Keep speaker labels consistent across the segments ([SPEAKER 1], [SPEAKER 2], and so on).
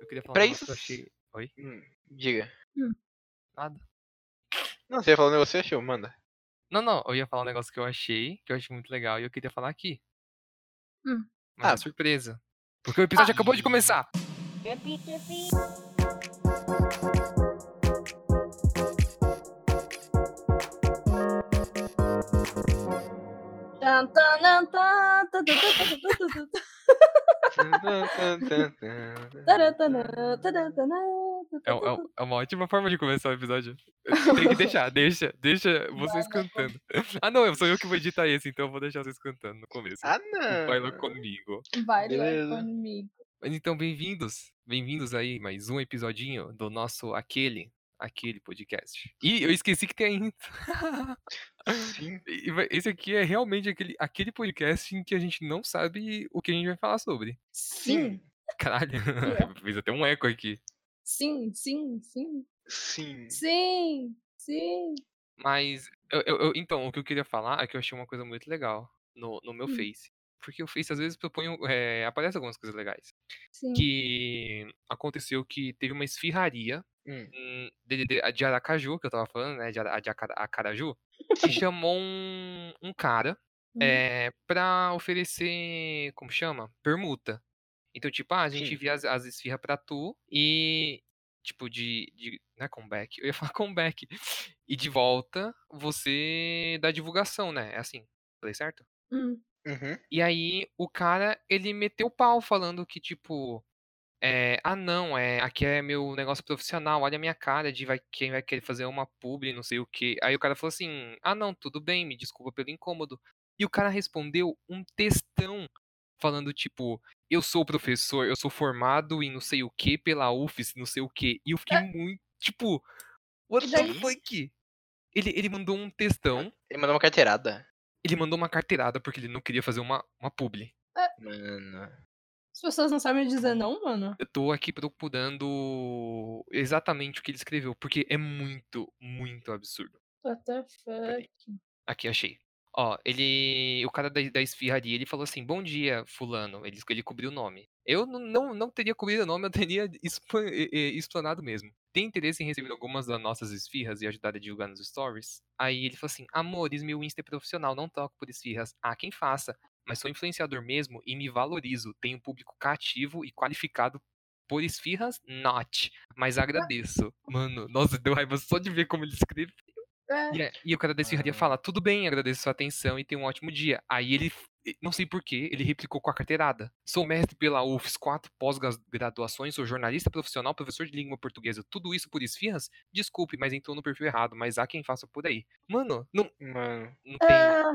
[SPEAKER 1] Eu queria falar
[SPEAKER 2] Pra
[SPEAKER 1] um negócio
[SPEAKER 2] isso-
[SPEAKER 1] que eu achei. Oi?
[SPEAKER 2] Hum, diga.
[SPEAKER 3] Hum.
[SPEAKER 1] Nada.
[SPEAKER 2] Não, você ia falar um negócio, achou? Manda.
[SPEAKER 1] Não, não, eu ia falar um negócio que eu achei, que eu achei muito legal e eu queria falar aqui.
[SPEAKER 3] Hum.
[SPEAKER 1] Mas
[SPEAKER 2] Ah.
[SPEAKER 1] é surpresa. Porque o episódio acabou de começar.
[SPEAKER 3] Tan, tan, tan, tan, tan, tan, tan, tan, tan, tan, tarantanã, tarantanã,
[SPEAKER 1] É, um- é um- é uma ótima forma de começar o episódio. Tem que deixar, deixa, deixa vocês cantando. Ah, não, eu sou eu que vou editar esse, então eu vou deixar vocês cantando no começo.
[SPEAKER 2] ah,
[SPEAKER 1] Vai lá
[SPEAKER 2] não.
[SPEAKER 1] comigo.
[SPEAKER 3] Vai
[SPEAKER 2] Beleza.
[SPEAKER 3] lá comigo.
[SPEAKER 1] Mas Então, bem-vindos. Bem-vindos aí, mais um episodinho do nosso aquele, aquele podcast. E eu esqueci que tem a intro.
[SPEAKER 2] Sim.
[SPEAKER 1] E vai- Esse aqui é realmente aquele, aquele podcast em que a gente não sabe o que a gente vai falar sobre.
[SPEAKER 3] Sim,
[SPEAKER 1] Caralho, fiz até um eco aqui.
[SPEAKER 3] sim, sim, sim.
[SPEAKER 2] Sim.
[SPEAKER 3] Sim, sim.
[SPEAKER 1] Mas, eu- eu- eu- então, o que eu queria falar é que eu achei uma coisa muito legal no, no meu
[SPEAKER 3] Hum.
[SPEAKER 1] Face. Porque o Face, às vezes, eu ponho, é, aparece algumas coisas legais.
[SPEAKER 3] sim.
[SPEAKER 1] Que aconteceu que teve uma esfirraria
[SPEAKER 2] Hum.
[SPEAKER 1] hum, de, de- de Aracaju, que eu tava falando, né? De, Ara- de Acara- Acaraju. Que chamou um, um cara
[SPEAKER 3] Hum.
[SPEAKER 1] é, pra oferecer, como chama? Permuta. Então, tipo, ah, a gente
[SPEAKER 2] Sim.
[SPEAKER 1] via as, as esfirras pra tu e, tipo, de, de. Não é comeback? Eu ia falar comeback. E de volta, você dá divulgação, né? É assim. Falei certo?
[SPEAKER 3] Hum.
[SPEAKER 2] Uhum.
[SPEAKER 1] E aí, o cara, ele meteu o pau falando que, tipo. é, ah, não, é, aqui é meu negócio profissional, olha a minha cara de vai, quem vai querer fazer uma publi, não sei o quê. Aí o cara falou assim: ah, não, tudo bem, me desculpa pelo incômodo. E o cara respondeu um textão falando, tipo, eu sou professor, eu sou formado em não sei o que pela UFES, não sei o que. E eu fiquei muito, tipo, what
[SPEAKER 3] Já
[SPEAKER 1] the
[SPEAKER 3] isso-
[SPEAKER 1] fuck? Ele, ele mandou um textão,
[SPEAKER 2] Ele mandou uma carteirada.
[SPEAKER 1] ele mandou uma carteirada porque ele não queria fazer uma, uma publi.
[SPEAKER 2] Mano.
[SPEAKER 3] As pessoas não sabem dizer não, mano.
[SPEAKER 1] Eu tô aqui procurando exatamente o que ele escreveu, porque é muito, muito absurdo.
[SPEAKER 3] What the fuck?
[SPEAKER 1] Aqui, achei. Ó, ele. O cara da, da esfirraria, ele falou assim: Bom dia, Fulano. Ele, ele cobriu o nome. Eu não, não, não teria cobrido o nome, eu teria expan- eh, eh, explanado mesmo. Tem interesse em receber algumas das nossas esfirras e ajudar a divulgar nos stories? Aí ele falou assim: Amores, meu Insta é profissional, não toco por esfirras. Há quem faça, mas sou influenciador mesmo e me valorizo. Tenho público cativo e qualificado por esfirras, not. Mas agradeço. Mano, nossa, deu raiva só de ver como ele escreveu.
[SPEAKER 3] É.
[SPEAKER 1] E, é- e o cara da esfirraria
[SPEAKER 2] Ah.
[SPEAKER 1] fala, tudo bem, agradeço sua atenção e tenha um ótimo dia. Aí ele, f- e- não sei porquê, ele replicou com a carteirada. Sou mestre pela UFES, quatro pós-graduações, sou jornalista profissional, professor de língua portuguesa, tudo isso por esfirras? Desculpe, mas entrou no perfil errado, mas há quem faça por aí. Mano, não,
[SPEAKER 2] Mano.
[SPEAKER 1] não tem.
[SPEAKER 3] Ah,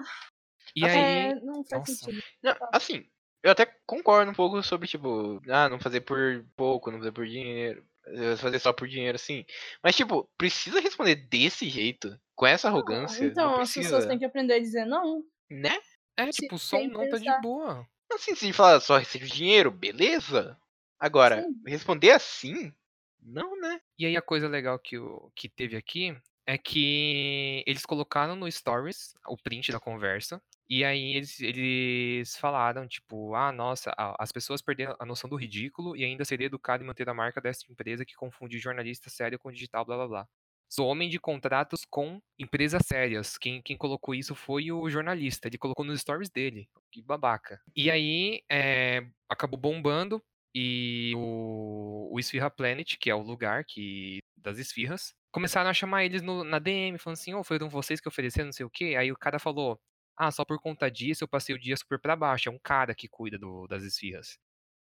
[SPEAKER 1] E aí,
[SPEAKER 3] é, não faz
[SPEAKER 1] Nossa.
[SPEAKER 3] sentido.
[SPEAKER 2] Não, assim, eu até concordo um pouco sobre, tipo, ah, não fazer por pouco, não fazer por dinheiro. eh, Fazer só por dinheiro, assim. Mas, tipo, precisa responder desse jeito, com essa arrogância.
[SPEAKER 3] Então,
[SPEAKER 2] não
[SPEAKER 3] as pessoas
[SPEAKER 2] precisa,
[SPEAKER 3] têm que aprender a dizer não.
[SPEAKER 2] né?
[SPEAKER 1] é
[SPEAKER 3] se-
[SPEAKER 1] tipo, só um
[SPEAKER 3] sem
[SPEAKER 1] não tá de
[SPEAKER 3] pensar.
[SPEAKER 1] boa.
[SPEAKER 2] Assim, se falar só recebe dinheiro, beleza. Agora,
[SPEAKER 3] Sim.
[SPEAKER 2] responder assim? Não, né?
[SPEAKER 1] E aí a coisa legal que, o, que teve aqui é que eles colocaram no Stories o print da conversa. E aí eles, eles falaram, tipo, ah, nossa, a- as pessoas perderam a noção do ridículo e ainda seria educado em manter a marca desta empresa que confunde jornalista sério com digital, blá blá blá. Sou homem de contratos com empresas sérias. Quem, quem colocou isso foi o jornalista. Ele colocou nos stories dele. Que babaca. E aí, é, acabou bombando e o, o Esfirra Planet, que é o lugar que das esfirras, começaram a chamar eles no- na DM, falando assim, ô, foram vocês que ofereceram, não sei o quê. Aí o cara falou, ah, só por conta disso eu passei o dia super pra baixo, é um cara que cuida do- das esfirras.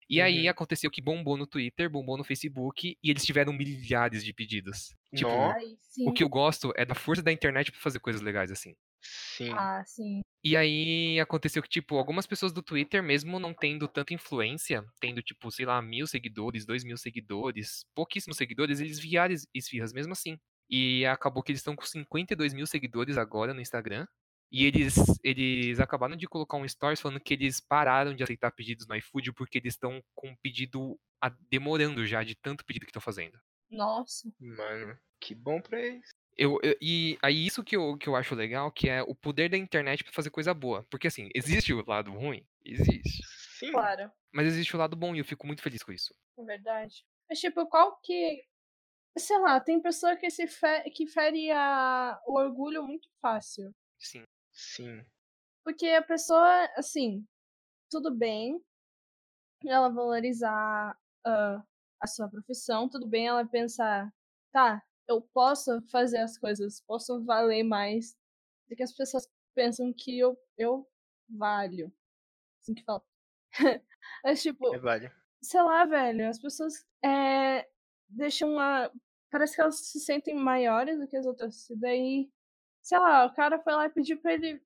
[SPEAKER 1] E aí
[SPEAKER 2] Uhum.
[SPEAKER 1] aconteceu que bombou no Twitter, bombou no Facebook, e eles tiveram milhares de pedidos. Tipo,
[SPEAKER 2] Nó.
[SPEAKER 3] Ai, sim.
[SPEAKER 1] o que eu gosto é da força da internet pra fazer coisas legais assim.
[SPEAKER 2] Sim.
[SPEAKER 3] Ah, sim.
[SPEAKER 1] E aí aconteceu que, tipo, algumas pessoas do Twitter, mesmo não tendo tanta influência, tendo, tipo, sei lá, mil seguidores, dois mil seguidores, pouquíssimos seguidores, eles vieram es- esfirras mesmo assim. E acabou que eles estão com 52 mil seguidores agora no Instagram. E eles, eles acabaram de colocar um stories falando que eles pararam de aceitar pedidos no iFood porque eles estão com um pedido a- demorando já de tanto pedido que estão fazendo.
[SPEAKER 3] Nossa.
[SPEAKER 2] Mano, que bom pra eles.
[SPEAKER 1] Eu, eu- e aí isso que eu, que eu acho legal, que é o poder da internet pra fazer coisa boa. Porque assim, existe o lado ruim? Existe.
[SPEAKER 2] Sim.
[SPEAKER 3] Claro.
[SPEAKER 1] Mas existe o lado bom e eu fico muito feliz com isso.
[SPEAKER 3] na É verdade. Mas, tipo, qual que. Sei lá, tem pessoa que se fe... que fere a... o orgulho muito fácil.
[SPEAKER 1] Sim.
[SPEAKER 2] Sim.
[SPEAKER 3] Porque a pessoa, assim, tudo bem ela valorizar ah, a sua profissão, tudo bem ela pensar, tá, eu posso fazer as coisas, posso valer mais do que as pessoas pensam que eu, eu valho. Assim que fala. Mas, tipo,
[SPEAKER 2] É válido.
[SPEAKER 3] sei lá, velho, as pessoas é, deixam uma. Parece que elas se sentem maiores do que as outras. E daí, sei lá, o cara foi lá e pediu pra ele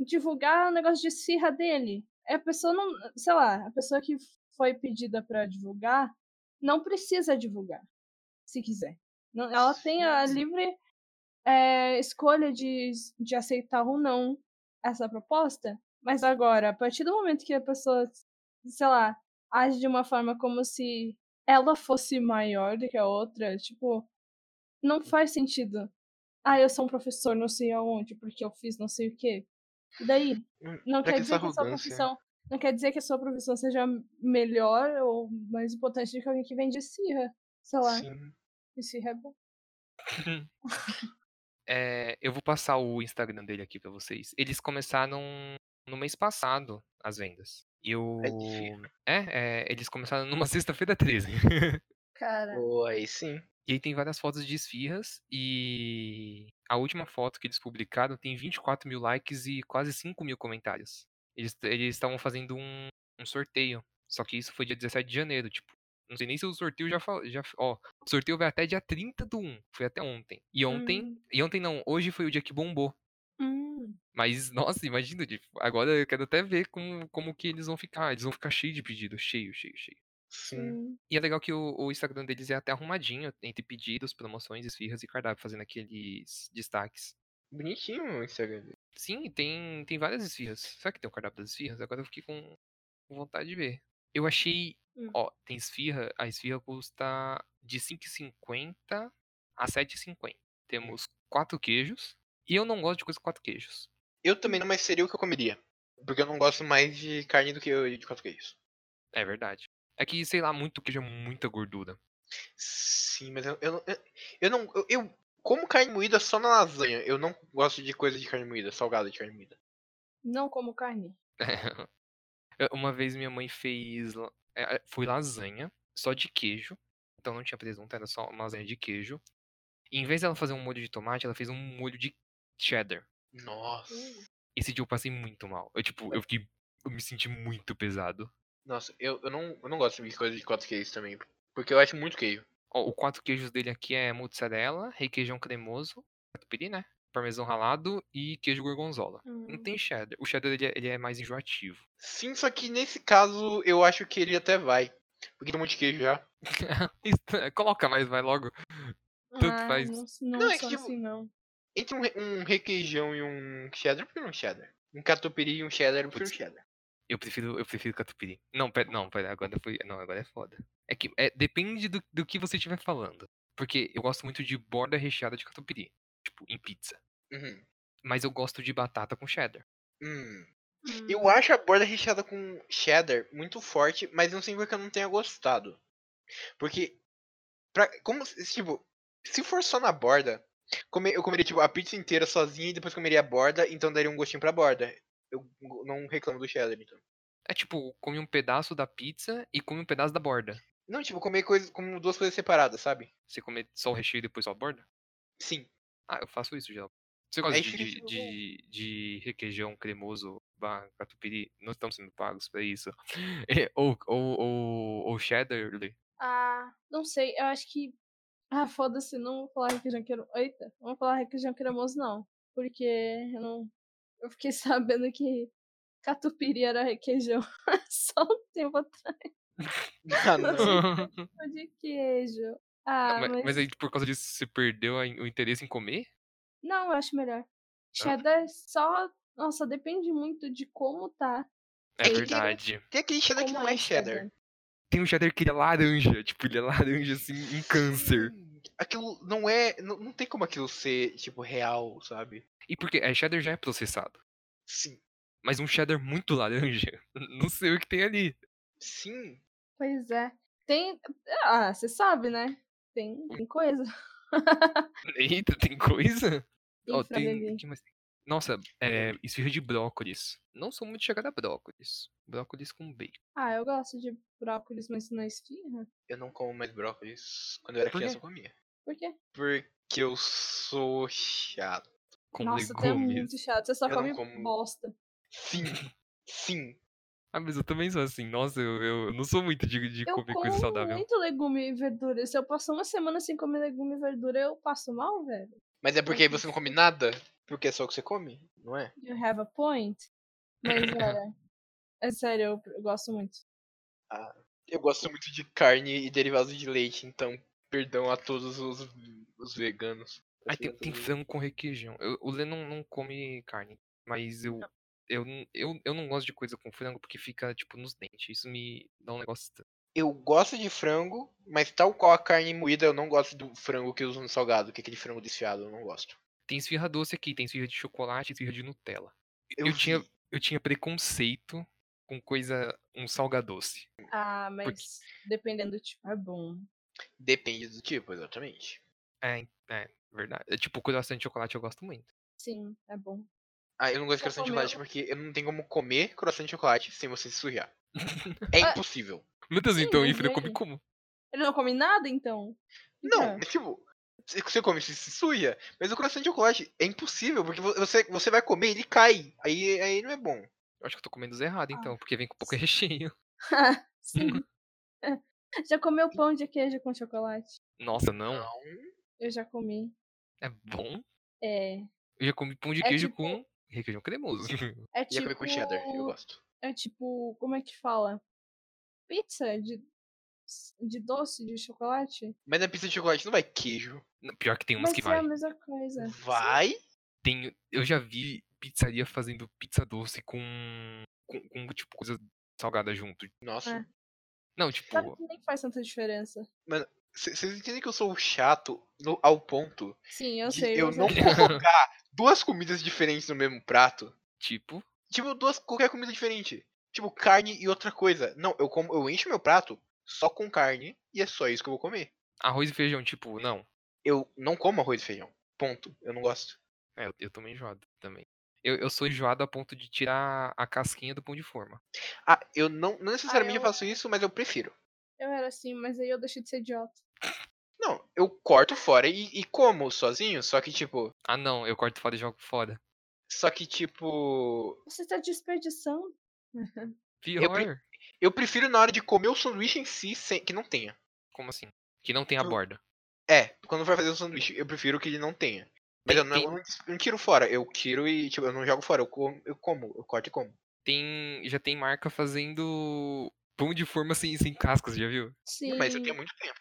[SPEAKER 3] divulgar o negócio de esfirra dele. É, A pessoa não. Sei lá, a pessoa que foi pedida pra divulgar não precisa divulgar, se quiser. Não- ela tem a livre é, escolha de, de aceitar ou não essa proposta. Mas agora, a partir do momento que a pessoa, sei lá, age de uma forma como se ela fosse maior do que a outra, tipo, não faz sentido. Ah, eu sou um professor não sei aonde, porque eu fiz não sei o quê. E daí?
[SPEAKER 2] Hum,
[SPEAKER 3] Não
[SPEAKER 2] pra
[SPEAKER 3] quer
[SPEAKER 2] que
[SPEAKER 3] dizer
[SPEAKER 2] essa
[SPEAKER 3] que a sua
[SPEAKER 2] arrogância?
[SPEAKER 3] profissão. Não quer dizer que a sua profissão seja melhor ou mais importante do que alguém que vende esfirra. Sei lá,
[SPEAKER 2] Sim.
[SPEAKER 3] esfirra é bom.
[SPEAKER 1] É, eu vou passar o Instagram dele aqui pra vocês. Eles começaram no mês passado as vendas. E eu.
[SPEAKER 2] É difícil.
[SPEAKER 1] É, é, eles começaram numa sexta-feira 13.
[SPEAKER 3] Cara,
[SPEAKER 2] Pô, aí sim.
[SPEAKER 1] E aí tem várias fotos de esfirras e a última foto que eles publicaram tem 24 mil likes e quase 5 mil comentários. Eles eles estavam fazendo um, um sorteio, só que isso foi dia 17 de janeiro, tipo. Não sei nem se o sorteio já falou. Já, ó, o sorteio vai até dia 30 do 1, foi até ontem. E
[SPEAKER 2] então
[SPEAKER 1] ontem, e ontem não, hoje foi o dia que bombou.
[SPEAKER 3] hum,
[SPEAKER 1] Mas, nossa, imagina, tipo, agora eu quero até ver como, como que eles vão ficar. Eles vão ficar cheio de pedido, cheio, cheio, cheio.
[SPEAKER 2] Sim.
[SPEAKER 3] hum,
[SPEAKER 1] E é legal que o, o Instagram deles é até arrumadinho, entre pedidos, promoções, esfirras e cardápio, fazendo aqueles destaques.
[SPEAKER 2] Bonitinho o Instagram dele.
[SPEAKER 1] Sim, tem, tem várias esfirras. Será que tem o cardápio das esfirras? Agora eu fiquei com com vontade de ver. Eu achei.
[SPEAKER 3] Hum.
[SPEAKER 1] Ó, tem esfirra, a esfirra custa de 5,50 a 7,50. Temos quatro queijos. E eu não gosto de coisa com quatro queijos.
[SPEAKER 2] Eu também não, mas seria o que eu comeria. Porque eu não gosto mais de carne do que eu de quatro queijos.
[SPEAKER 1] É verdade. É que, sei lá, muito queijo é muita gordura.
[SPEAKER 2] Sim, mas eu, eu, não- eu, eu não. Eu, eu como carne moída só na lasanha. Eu não gosto de coisa de carne moída, salgada de carne moída.
[SPEAKER 3] não como carne.
[SPEAKER 1] Eu- Uma vez minha mãe fez. la- é, é, Foi lasanha, só de queijo. Então não tinha presunto, era só uma lasanha de queijo. E em vez dela fazer um molho de tomate, ela fez um molho de cheddar.
[SPEAKER 2] Nossa.
[SPEAKER 3] Hum.
[SPEAKER 1] Esse dia eu passei muito mal. Eu, tipo, eu fiquei. Eu me senti muito pesado.
[SPEAKER 2] Nossa, eu, eu, não, eu não gosto de coisa de quatro queijos também. Porque eu acho muito queijo.
[SPEAKER 1] Ó, o quatro queijos dele aqui é mozzarella, requeijão cremoso, catupiry, né? Parmesão ralado e queijo gorgonzola.
[SPEAKER 3] Hum.
[SPEAKER 1] Não tem cheddar. O cheddar ele é, ele é mais enjoativo.
[SPEAKER 2] Sim, só que nesse caso eu acho que ele até vai. Porque tem um monte de queijo já.
[SPEAKER 1] Isso- Coloca mais, vai logo. tanto
[SPEAKER 3] Ah,
[SPEAKER 1] faz.
[SPEAKER 3] Não, não,
[SPEAKER 2] Não, é que
[SPEAKER 3] sou
[SPEAKER 2] tipo-
[SPEAKER 3] assim, não.
[SPEAKER 2] Entre um, re- um requeijão e um cheddar, eu prefiro um cheddar. Um catupiry e um cheddar, eu prefiro um
[SPEAKER 1] Putz.
[SPEAKER 2] cheddar.
[SPEAKER 1] Eu prefiro, eu prefiro catupiry. Não, pera, não, pera, agora foi, não, agora é foda. É que é, depende do, do que você estiver falando. Porque eu gosto muito de borda recheada de catupiry, tipo, em pizza.
[SPEAKER 2] Uhum.
[SPEAKER 1] Mas eu gosto de batata com cheddar.
[SPEAKER 2] Hum.
[SPEAKER 3] Hum.
[SPEAKER 2] Eu acho a borda recheada com cheddar muito forte, mas não significa que eu não tenha gostado. Porque, pra, como, se- tipo, se for só na borda, come- eu comeria tipo, a pizza inteira sozinha e depois comeria a borda, então daria um gostinho pra borda. Eu go- não reclamo do cheddar, então.
[SPEAKER 1] É tipo, come um pedaço da pizza e come um pedaço da borda.
[SPEAKER 2] Não, tipo, comer coisa, como duas coisas separadas, sabe?
[SPEAKER 1] Você come só o recheio e depois só a borda?
[SPEAKER 2] Sim.
[SPEAKER 1] Ah, eu faço isso já. Você gosta de,
[SPEAKER 2] fica
[SPEAKER 1] de,
[SPEAKER 2] tipo-
[SPEAKER 1] de- de requeijão cremoso, barra catupiry? Não estamos sendo pagos pra isso. É, ou, ou, ou, ou cheddar, né? Lê.
[SPEAKER 3] Ah, não sei, eu acho que. Ah, foda-se, não vou falar requeijão cremoso. Eita, não vou falar requeijão cremoso, não. Porque eu não. Eu fiquei sabendo que catupiry era requeijão só um tempo atrás
[SPEAKER 2] Ah, não.
[SPEAKER 3] de queijo. Ah,
[SPEAKER 1] Ma-
[SPEAKER 3] mas.
[SPEAKER 1] mas... aí por causa disso você perdeu a in- o interesse em comer?
[SPEAKER 3] Não, eu acho
[SPEAKER 1] Ah,
[SPEAKER 3] melhor. Cheddar só. Nossa, depende muito de como tá.
[SPEAKER 1] É
[SPEAKER 2] Sim, tem-
[SPEAKER 1] verdade.
[SPEAKER 2] Tem aquele cheddar que
[SPEAKER 3] como
[SPEAKER 2] não é cheddar.
[SPEAKER 1] Tem um cheddar que ele é laranja, tipo, ele é laranja assim, um câncer.
[SPEAKER 2] Sim. Aquilo não é. Não, não tem como aquilo ser, tipo, real, sabe?
[SPEAKER 1] E porque é cheddar já é processado.
[SPEAKER 2] Sim.
[SPEAKER 1] Mas um cheddar muito laranja, não sei o que tem ali.
[SPEAKER 2] Sim.
[SPEAKER 3] Pois é. Tem. Ah, você sabe, né? Tem, tem coisa.
[SPEAKER 1] Eita, tem coisa?
[SPEAKER 3] Infra
[SPEAKER 1] Ó, Oh, tem,
[SPEAKER 3] bebê.
[SPEAKER 1] que mais tem? Nossa, é, esfirra de brócolis. Não sou muito chegada a brócolis. Brócolis com bacon.
[SPEAKER 3] Ah, eu gosto de brócolis, mas não é esfirra?
[SPEAKER 2] Eu não como mais brócolis. Quando eu era
[SPEAKER 1] Por
[SPEAKER 2] criança,
[SPEAKER 1] quê?
[SPEAKER 2] eu comia.
[SPEAKER 3] Por quê?
[SPEAKER 2] Porque eu sou chato.
[SPEAKER 1] Com
[SPEAKER 3] Nossa, tu é
[SPEAKER 1] legumes.
[SPEAKER 3] muito chato. Você só
[SPEAKER 2] Eu não
[SPEAKER 3] come
[SPEAKER 2] como-
[SPEAKER 3] bosta.
[SPEAKER 2] Sim. Sim.
[SPEAKER 1] Ah, mas eu também sou assim. Nossa, eu, eu não sou muito de, de
[SPEAKER 3] Eu
[SPEAKER 1] comer coisa
[SPEAKER 3] como
[SPEAKER 1] saudável.
[SPEAKER 3] muito legume e verdura. Se eu passar uma semana sem comer legume e verdura, eu passo mal, velho.
[SPEAKER 2] Mas é porque aí você não come nada? Porque é só o que você come, não é?
[SPEAKER 3] You have a point. Mas, olha, é sério, eu, eu gosto muito.
[SPEAKER 2] Eu gosto muito de carne e derivados de leite, então perdão a todos os, os veganos.
[SPEAKER 1] Ai, tem, tem
[SPEAKER 2] frango.
[SPEAKER 1] frango com requeijão. Eu- o Lê não, não come carne, mas eu, eu, n- eu, eu não gosto de coisa com frango porque fica, tipo, nos dentes. Isso me dá um negócio estranho.
[SPEAKER 2] Eu gosto de frango, mas tal qual a carne moída, eu não gosto do frango que usam no salgado, que é aquele frango desfiado, eu não gosto.
[SPEAKER 1] Tem esfirra doce aqui, tem esfirra de chocolate, esfirra de Nutella. Eu, tinha,
[SPEAKER 2] vi-
[SPEAKER 1] eu tinha preconceito com coisa, um salgadoce.
[SPEAKER 3] Ah, mas dependendo do tipo, é bom.
[SPEAKER 2] Depende do tipo, exatamente.
[SPEAKER 1] É, é, verdade. É, tipo, croissant de chocolate eu gosto muito.
[SPEAKER 3] Sim, é bom.
[SPEAKER 2] Ah, eu não gosto de
[SPEAKER 3] Já
[SPEAKER 2] croissant de
[SPEAKER 3] comeu?
[SPEAKER 2] chocolate porque eu não tenho como comer croissant de chocolate sem você se surrear. É
[SPEAKER 3] Ah.
[SPEAKER 2] impossível.
[SPEAKER 1] Meu Deus,
[SPEAKER 3] Sim,
[SPEAKER 1] então,
[SPEAKER 3] mas
[SPEAKER 1] Ifra come
[SPEAKER 3] aí-
[SPEAKER 1] como?
[SPEAKER 3] Ele não come nada, então?
[SPEAKER 2] Não,
[SPEAKER 3] Então,
[SPEAKER 2] mas tipo, você- você come se se suja, mas o croissant de chocolate é impossível, porque vo- você, você vai comer e ele cai. Aí, aí não é bom.
[SPEAKER 1] Eu acho que eu tô comendo errado,
[SPEAKER 3] Ah,
[SPEAKER 1] então, porque vem com pouco recheio.
[SPEAKER 3] Sim. assim. já comeu pão de queijo com chocolate?
[SPEAKER 1] Nossa, não.
[SPEAKER 3] Eu já comi.
[SPEAKER 1] É bom.
[SPEAKER 3] É.
[SPEAKER 1] Eu já comi pão de
[SPEAKER 3] É
[SPEAKER 1] queijo
[SPEAKER 3] tipo-
[SPEAKER 1] com requeijão cremoso.
[SPEAKER 3] É
[SPEAKER 2] E é comer
[SPEAKER 3] tipo.
[SPEAKER 2] com cheddar, eu gosto.
[SPEAKER 3] É tipo. Como é que fala? Pizza de, de doce de chocolate?
[SPEAKER 2] Mas na pizza de chocolate não vai queijo.
[SPEAKER 1] Não, Pior que tem umas
[SPEAKER 3] Mas
[SPEAKER 1] que
[SPEAKER 3] é
[SPEAKER 1] vai.
[SPEAKER 3] a mesma coisa. Sim,
[SPEAKER 2] Vai?
[SPEAKER 1] Tem, eu já vi pizzaria fazendo pizza doce com, com, com, tipo, coisa salgada junto.
[SPEAKER 2] Nossa.
[SPEAKER 3] É.
[SPEAKER 1] Não, tipo,
[SPEAKER 3] Sabe que nem faz tanta diferença.
[SPEAKER 2] C- Vocês entendem que eu sou chato no- ao ponto
[SPEAKER 3] Sim, eu
[SPEAKER 2] de
[SPEAKER 3] sei.
[SPEAKER 2] eu
[SPEAKER 3] mas é-
[SPEAKER 2] não colocar duas comidas diferentes no mesmo prato?
[SPEAKER 1] tipo,
[SPEAKER 2] Tipo, duas, qualquer comida diferente. Tipo, carne e outra coisa. Não, eu como, eu encho meu prato só com carne e é só isso que eu vou comer.
[SPEAKER 1] arroz e feijão, tipo, não.
[SPEAKER 2] Eu não como arroz e feijão. Ponto. Eu não gosto.
[SPEAKER 1] É, eu, eu tô meio enjoado também. Eu, eu sou enjoado a ponto de tirar a casquinha do pão de forma.
[SPEAKER 2] Ah, eu não, não necessariamente
[SPEAKER 3] eu-
[SPEAKER 2] faço isso, mas eu prefiro.
[SPEAKER 3] Eu era assim, mas aí eu deixei de ser idiota.
[SPEAKER 2] Não, eu corto fora e, e como sozinho, só que tipo.
[SPEAKER 1] Ah, não, eu corto fora e jogo fora.
[SPEAKER 2] Só que tipo.
[SPEAKER 3] Você tá desperdiçando.
[SPEAKER 1] Pior.
[SPEAKER 2] pre- Eu prefiro na hora de comer o sanduíche em si sem, que não tenha.
[SPEAKER 1] Como assim? Que não tem a
[SPEAKER 2] Tu-
[SPEAKER 1] borda.
[SPEAKER 2] É, quando vai fazer o sanduíche, eu prefiro que ele não tenha. Mas
[SPEAKER 1] Tem-
[SPEAKER 2] eu não, é um, eu não des- eu não tiro fora, eu tiro e tipo, eu não jogo fora, eu como, eu como, eu corto e como.
[SPEAKER 1] Tem, já tem marca fazendo pão de forma sem, sem cascas, já viu?
[SPEAKER 3] Sim.
[SPEAKER 2] É, Mas eu tenho muito tempo.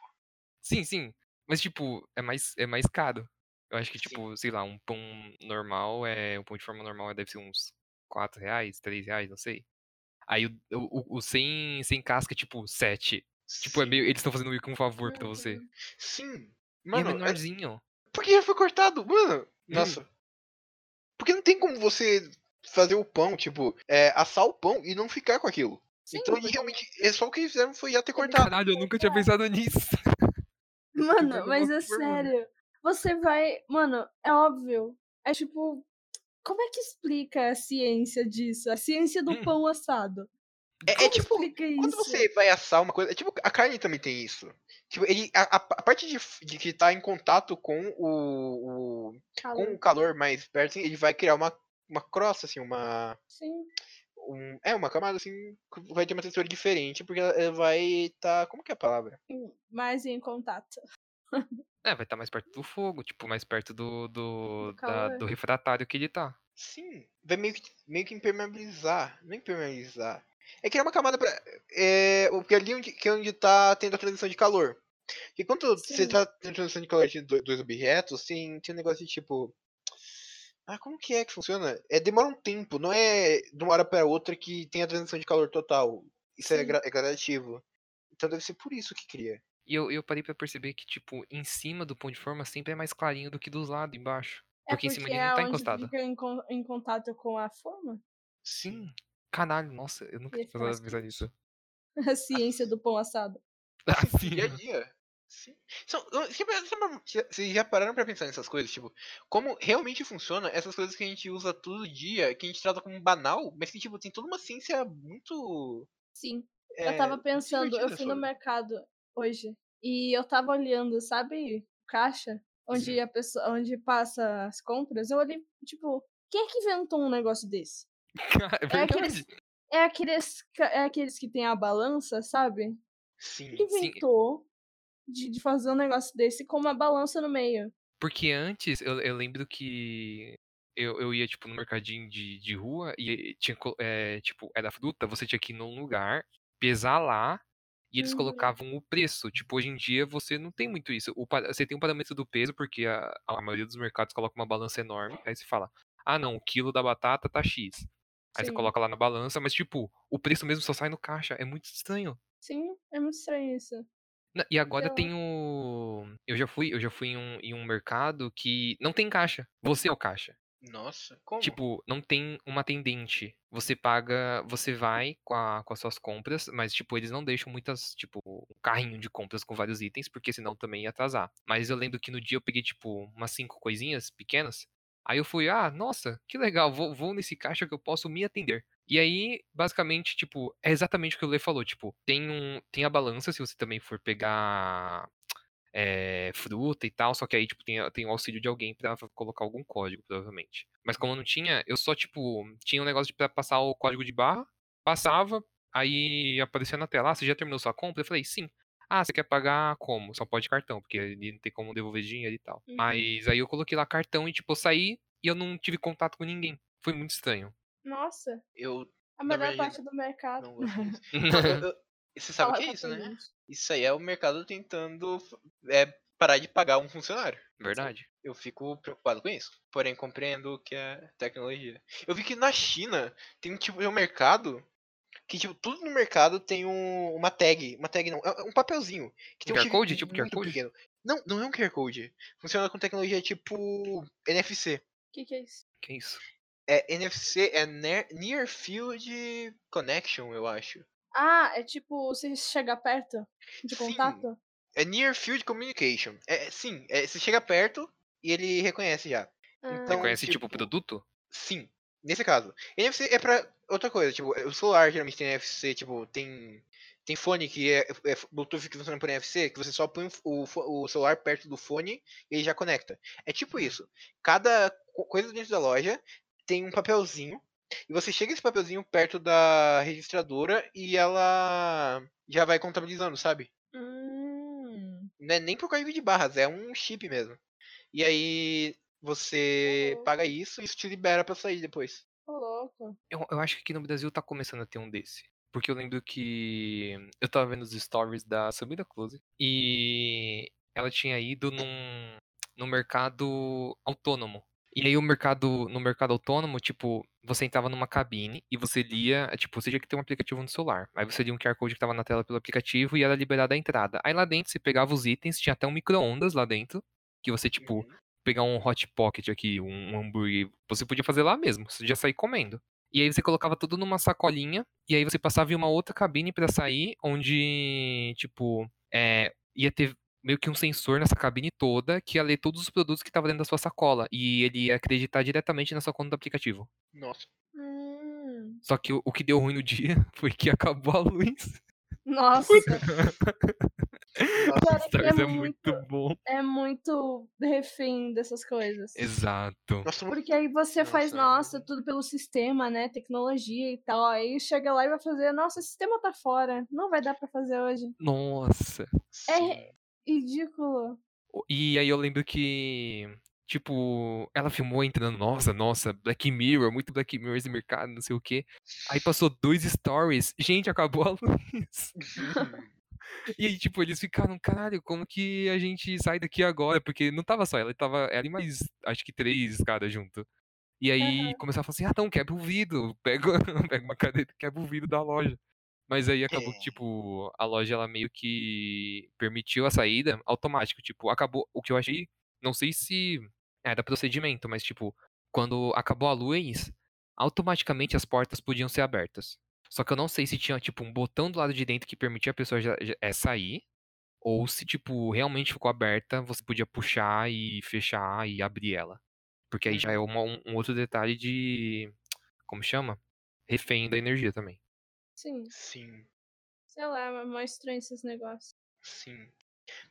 [SPEAKER 1] Sim, sim. Mas, tipo, é mais, é mais caro. Eu acho que,
[SPEAKER 2] Sim.
[SPEAKER 1] tipo, sei lá, um pão normal é. Um pão de forma normal deve ser uns 4 reais, 3 reais, não sei. Aí o, o, o- o sem, sem casca é tipo 7. Tipo, é
[SPEAKER 2] Sim.
[SPEAKER 1] meio. Eles estão fazendo meio que um favor pra
[SPEAKER 3] Uhum.
[SPEAKER 1] você.
[SPEAKER 2] Sim.
[SPEAKER 1] E é
[SPEAKER 2] Mano, é-
[SPEAKER 1] menorzinho.
[SPEAKER 2] Porque já foi cortado,
[SPEAKER 1] Uhum.
[SPEAKER 2] mano. Nossa. Porque não tem como você fazer o pão, tipo, é, assar o pão e não ficar com aquilo.
[SPEAKER 3] Sim,
[SPEAKER 2] então, e
[SPEAKER 3] porque-
[SPEAKER 2] realmente, é só o que eles fizeram foi já ter cortado.
[SPEAKER 1] Caralho, eu nunca tinha pensado nisso.
[SPEAKER 3] Mano,
[SPEAKER 1] pegando
[SPEAKER 3] mas
[SPEAKER 1] uma
[SPEAKER 3] é
[SPEAKER 1] forma, né?
[SPEAKER 3] sério. Você vai. Mano, é óbvio. É tipo. Como é que explica a ciência disso? A ciência do
[SPEAKER 1] Hum.
[SPEAKER 3] pão assado.
[SPEAKER 2] É, é
[SPEAKER 3] Como
[SPEAKER 2] tipo,
[SPEAKER 3] explica
[SPEAKER 2] quando
[SPEAKER 3] isso?
[SPEAKER 2] você vai assar uma coisa. É tipo, a carne também tem isso. Tipo, ele. A, a pa- a parte de, f- de que tá em contato com o. o-
[SPEAKER 3] Calor.
[SPEAKER 2] com um o calor mais perto, assim, ele vai criar uma, uma crosta, assim, uma.
[SPEAKER 3] Sim.
[SPEAKER 2] um- é, uma camada assim. que Vai ter uma textura diferente, porque ela, ela vai estar. como que é a palavra?
[SPEAKER 3] hum, Mais em contato.
[SPEAKER 1] É, vai estar mais perto do fogo, tipo, mais perto do. Do,
[SPEAKER 3] Do
[SPEAKER 1] da-
[SPEAKER 3] calor.
[SPEAKER 1] do refratário que ele tá.
[SPEAKER 2] Sim, vai meio que, meio que impermeabilizar. Não impermeabilizar. É criar uma camada pra. É, o- porque ali onde, que é onde tá tendo a transição de calor. Porque quando você
[SPEAKER 3] Sim.
[SPEAKER 2] tá tendo transição de calor de do- dois objetos, assim, tem um negócio de tipo. Ah, como que é que funciona? É, demora um tempo, não é de uma hora pra outra que tem a transição de calor total. Isso é,
[SPEAKER 3] Sim.
[SPEAKER 2] gra- é gradativo. Então deve ser por isso que cria.
[SPEAKER 1] E eu, eu parei pra perceber que, tipo, em cima do pão de forma sempre é mais clarinho do que dos lados embaixo.
[SPEAKER 3] É
[SPEAKER 1] Porque em cima
[SPEAKER 3] porque
[SPEAKER 1] dele
[SPEAKER 3] é
[SPEAKER 1] não tá
[SPEAKER 3] onde
[SPEAKER 1] encostado.
[SPEAKER 3] Fica em, con- em contato com a forma?
[SPEAKER 1] Sim. Caralho, nossa, eu nunca
[SPEAKER 3] Ia
[SPEAKER 1] tinha
[SPEAKER 3] ficar mais
[SPEAKER 1] pensado pensar nisso.
[SPEAKER 3] A ciência do pão assado.
[SPEAKER 2] Sim,
[SPEAKER 1] Assim,
[SPEAKER 2] dia a dia. Sim. São, não, você pra- você pra- você- vocês já pararam pra pensar nessas coisas? Tipo, como realmente funciona essas coisas que a gente usa todo dia, que a gente trata como banal, mas que, tipo, tem toda uma ciência muito.
[SPEAKER 3] Sim.
[SPEAKER 2] é,
[SPEAKER 3] eu tava pensando, eu
[SPEAKER 2] divertida
[SPEAKER 3] fui no
[SPEAKER 2] sobre.
[SPEAKER 3] mercado hoje e eu tava olhando, sabe, o caixa onde a pessoa, onde passa as compras. Eu olhei, tipo, quem é que inventou um negócio desse?
[SPEAKER 1] cara, é
[SPEAKER 3] É aqueles-
[SPEAKER 1] verdade.
[SPEAKER 3] É aqueles, ca- é aqueles que tem a balança, sabe?
[SPEAKER 2] Sim.
[SPEAKER 3] Quem inventou de, de fazer um negócio desse com uma balança no meio?
[SPEAKER 1] Porque antes, eu, eu lembro que eu, eu ia, tipo, no mercadinho de, de rua e tinha, co- eh, tipo, era fruta, você tinha que ir num lugar, pesar lá, e eles
[SPEAKER 3] Uhum.
[SPEAKER 1] colocavam o preço. Tipo, hoje em dia você não tem muito isso. O, pa- você tem um parâmetro do peso, porque a, a maioria dos mercados coloca uma balança enorme, aí você fala, ah não, o quilo da batata tá X. Aí você
[SPEAKER 3] Sim.
[SPEAKER 1] coloca lá na balança, mas tipo, o preço mesmo só sai no caixa. É muito estranho.
[SPEAKER 3] Sim, é muito estranho isso.
[SPEAKER 1] Na- E agora
[SPEAKER 3] Então-
[SPEAKER 1] tem o. Eu já fui, eu já fui em um, em um mercado que não tem caixa. Você é o caixa.
[SPEAKER 2] Nossa, como?
[SPEAKER 1] Tipo, não tem uma atendente. Você paga, você vai com, a- com as suas compras, mas, tipo, eles não deixam muitas, tipo, um carrinho de compras com vários itens, porque senão também ia atrasar. Mas eu lembro que no dia eu peguei, tipo, umas cinco coisinhas pequenas. Aí eu fui, ah, nossa, que legal, vou, vou nesse caixa que eu posso me atender. E aí, basicamente, tipo, é exatamente o que o Lê falou, tipo, tem um, tem a balança, se você também for pegar eh, fruta e tal, só que aí, tipo, tem, a- tem o auxílio de alguém pra colocar algum código, provavelmente. Mas como eu não tinha, eu só, tipo, tinha um negócio de pra passar o código de barra, passava, aí aparecia na tela, ah, você já terminou sua compra? Eu falei, sim. Ah, você quer pagar como? Só pode cartão, porque ele não tem como devolver dinheiro e tal.
[SPEAKER 3] Uhum.
[SPEAKER 1] Mas aí eu coloquei lá cartão e, tipo, eu saí e eu não tive contato com ninguém. Foi muito estranho.
[SPEAKER 3] Nossa,
[SPEAKER 2] Eu
[SPEAKER 3] a
[SPEAKER 2] Na
[SPEAKER 3] melhor
[SPEAKER 2] verdade,
[SPEAKER 3] parte do mercado.
[SPEAKER 2] não gosto disso. Não, eu- eu- Você sabe o
[SPEAKER 3] Falar
[SPEAKER 2] que é
[SPEAKER 3] com
[SPEAKER 2] isso, né?
[SPEAKER 3] cliente.
[SPEAKER 2] Isso aí é o mercado tentando é, parar de pagar um funcionário.
[SPEAKER 1] Verdade.
[SPEAKER 2] Eu fico preocupado com isso. Porém, compreendo que é tecnologia. Eu vi que na China tem um tipo de um mercado que, tipo, tudo no mercado tem um- uma tag. Uma tag não, é é um papelzinho.
[SPEAKER 1] Um
[SPEAKER 2] Que tem
[SPEAKER 1] QR
[SPEAKER 2] chifre
[SPEAKER 1] Code? Tipo QR
[SPEAKER 2] muito
[SPEAKER 1] Code?
[SPEAKER 2] pequeno. Não, não é um QR Code. Funciona com tecnologia tipo NFC.
[SPEAKER 3] O que, que é isso?
[SPEAKER 1] Que isso?
[SPEAKER 2] É NFC, é Ner- Near Field Connection, eu acho.
[SPEAKER 3] Ah, é tipo, você chega perto de
[SPEAKER 2] Sim.
[SPEAKER 3] contato?
[SPEAKER 2] É Near Field Communication. É, é- sim, é, você chega perto e ele reconhece já.
[SPEAKER 1] Você
[SPEAKER 2] Então,
[SPEAKER 3] Ah,
[SPEAKER 1] conhece, tipo, o
[SPEAKER 2] tipo,
[SPEAKER 1] produto?
[SPEAKER 2] Sim, nesse caso. NFC é pra outra coisa, tipo, o celular geralmente tem NFC, tipo, tem. Tem fone que é, é Bluetooth que funciona por NFC, que você só põe o f- o, fo- o celular perto do fone e ele já conecta. É tipo isso. Cada co- coisa dentro da loja tem um papelzinho. E você chega esse papelzinho perto da registradora e ela já vai contabilizando, sabe?
[SPEAKER 3] hum,
[SPEAKER 2] Não é nem por código de barras, é um chip mesmo. E aí você
[SPEAKER 3] Uhum.
[SPEAKER 2] paga isso e isso te libera pra sair depois.
[SPEAKER 3] tô louco.
[SPEAKER 1] Eu, eu acho que aqui no Brasil tá começando a ter um desse. Porque eu lembro que eu tava vendo os stories da Samira Close e ela tinha ido num, num mercado autônomo. E aí o mercado, no mercado autônomo, tipo, você entrava numa cabine e você lia, eh, tipo, você tinha que ter um aplicativo no celular. Aí você lia um QR Code que tava na tela pelo aplicativo e era liberada a entrada. Aí lá dentro você pegava os itens, tinha até um micro-ondas lá dentro, que você, tipo,
[SPEAKER 2] Uhum.
[SPEAKER 1] pegar um hot pocket aqui, um hambúrguer, você podia fazer lá mesmo, você já sair comendo. E aí você colocava tudo numa sacolinha, e aí você passava em uma outra cabine pra sair, onde, tipo, é, ia ter meio que um sensor nessa cabine toda que ia ler todos os produtos que estavam dentro da sua sacola, e ele ia acreditar diretamente na sua conta do aplicativo.
[SPEAKER 2] Nossa.
[SPEAKER 3] Hum,
[SPEAKER 1] Só que o, o que deu ruim no dia foi que acabou a luz.
[SPEAKER 3] nossa,
[SPEAKER 2] nossa.
[SPEAKER 3] Cara, que é
[SPEAKER 1] Stories é
[SPEAKER 3] muito-
[SPEAKER 1] muito bom.
[SPEAKER 3] é muito refém dessas coisas.
[SPEAKER 1] Exato.
[SPEAKER 2] Nossa, muito-
[SPEAKER 3] Porque aí você faz,
[SPEAKER 2] Nossa,
[SPEAKER 3] nossa,
[SPEAKER 2] mas- é
[SPEAKER 3] tudo pelo sistema, né? Tecnologia e tal. Aí chega lá e vai fazer, nossa, o sistema tá fora. Não vai dar pra fazer hoje.
[SPEAKER 1] Nossa.
[SPEAKER 3] é
[SPEAKER 2] sim.
[SPEAKER 3] Ridículo.
[SPEAKER 1] O- E aí eu lembro que, tipo, ela filmou entrando, nossa, nossa, Black Mirror, muito Black Mirror esse mercado, não sei o quê. Aí passou dois stories, gente, acabou a luz. E aí, tipo, eles ficaram, caralho, como que a gente sai daqui agora? Porque não tava só ela, tava ela e mais, acho que três caras junto. E aí começaram a falar assim, ah, não, quebra o vidro, pega, pega uma cadeira, e quebra o vidro da loja. Mas aí acabou que,
[SPEAKER 2] É.
[SPEAKER 1] tipo, a loja ela meio que permitiu a saída automática. Tipo, acabou. O que eu achei, não sei se era procedimento, mas, tipo, quando acabou a luz, automaticamente as portas podiam ser abertas. Só que eu não sei se tinha, tipo, um botão do lado de dentro que permitia a pessoa já- já- é, sair. Ou se, tipo, realmente ficou aberta, você podia puxar e fechar e abrir ela. Porque aí já é uma- um, um outro detalhe de. Como chama? Refém da energia também.
[SPEAKER 3] Sim.
[SPEAKER 2] Sim,
[SPEAKER 3] Sei lá, é mó estranho esses negócios.
[SPEAKER 2] sim.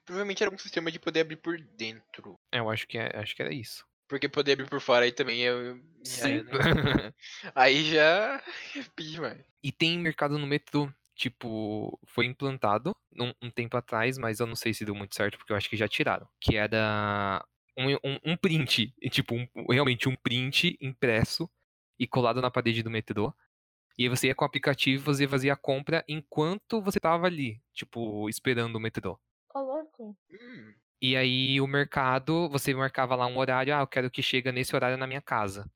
[SPEAKER 2] Provavelmente era um sistema de poder abrir por dentro.
[SPEAKER 1] É, Eu acho que, é- acho que era isso.
[SPEAKER 2] Porque poder abrir por fora aí também é. já é,
[SPEAKER 1] Sim.
[SPEAKER 2] né? aí já. é pedir demais.
[SPEAKER 1] E tem mercado no metrô. Tipo, foi implantado num- um tempo atrás, mas eu não sei se deu muito certo, porque eu acho que já tiraram. Que era um, um- um print, e, tipo, um- realmente um print impresso e colado na parede do metrô. E aí você ia com o aplicativo, você fazia a compra enquanto você tava ali, tipo, esperando o metrô.
[SPEAKER 3] Ô, louco.
[SPEAKER 2] Hum,
[SPEAKER 1] E aí o mercado, você marcava lá um horário, ah, eu quero que chega nesse horário na minha casa.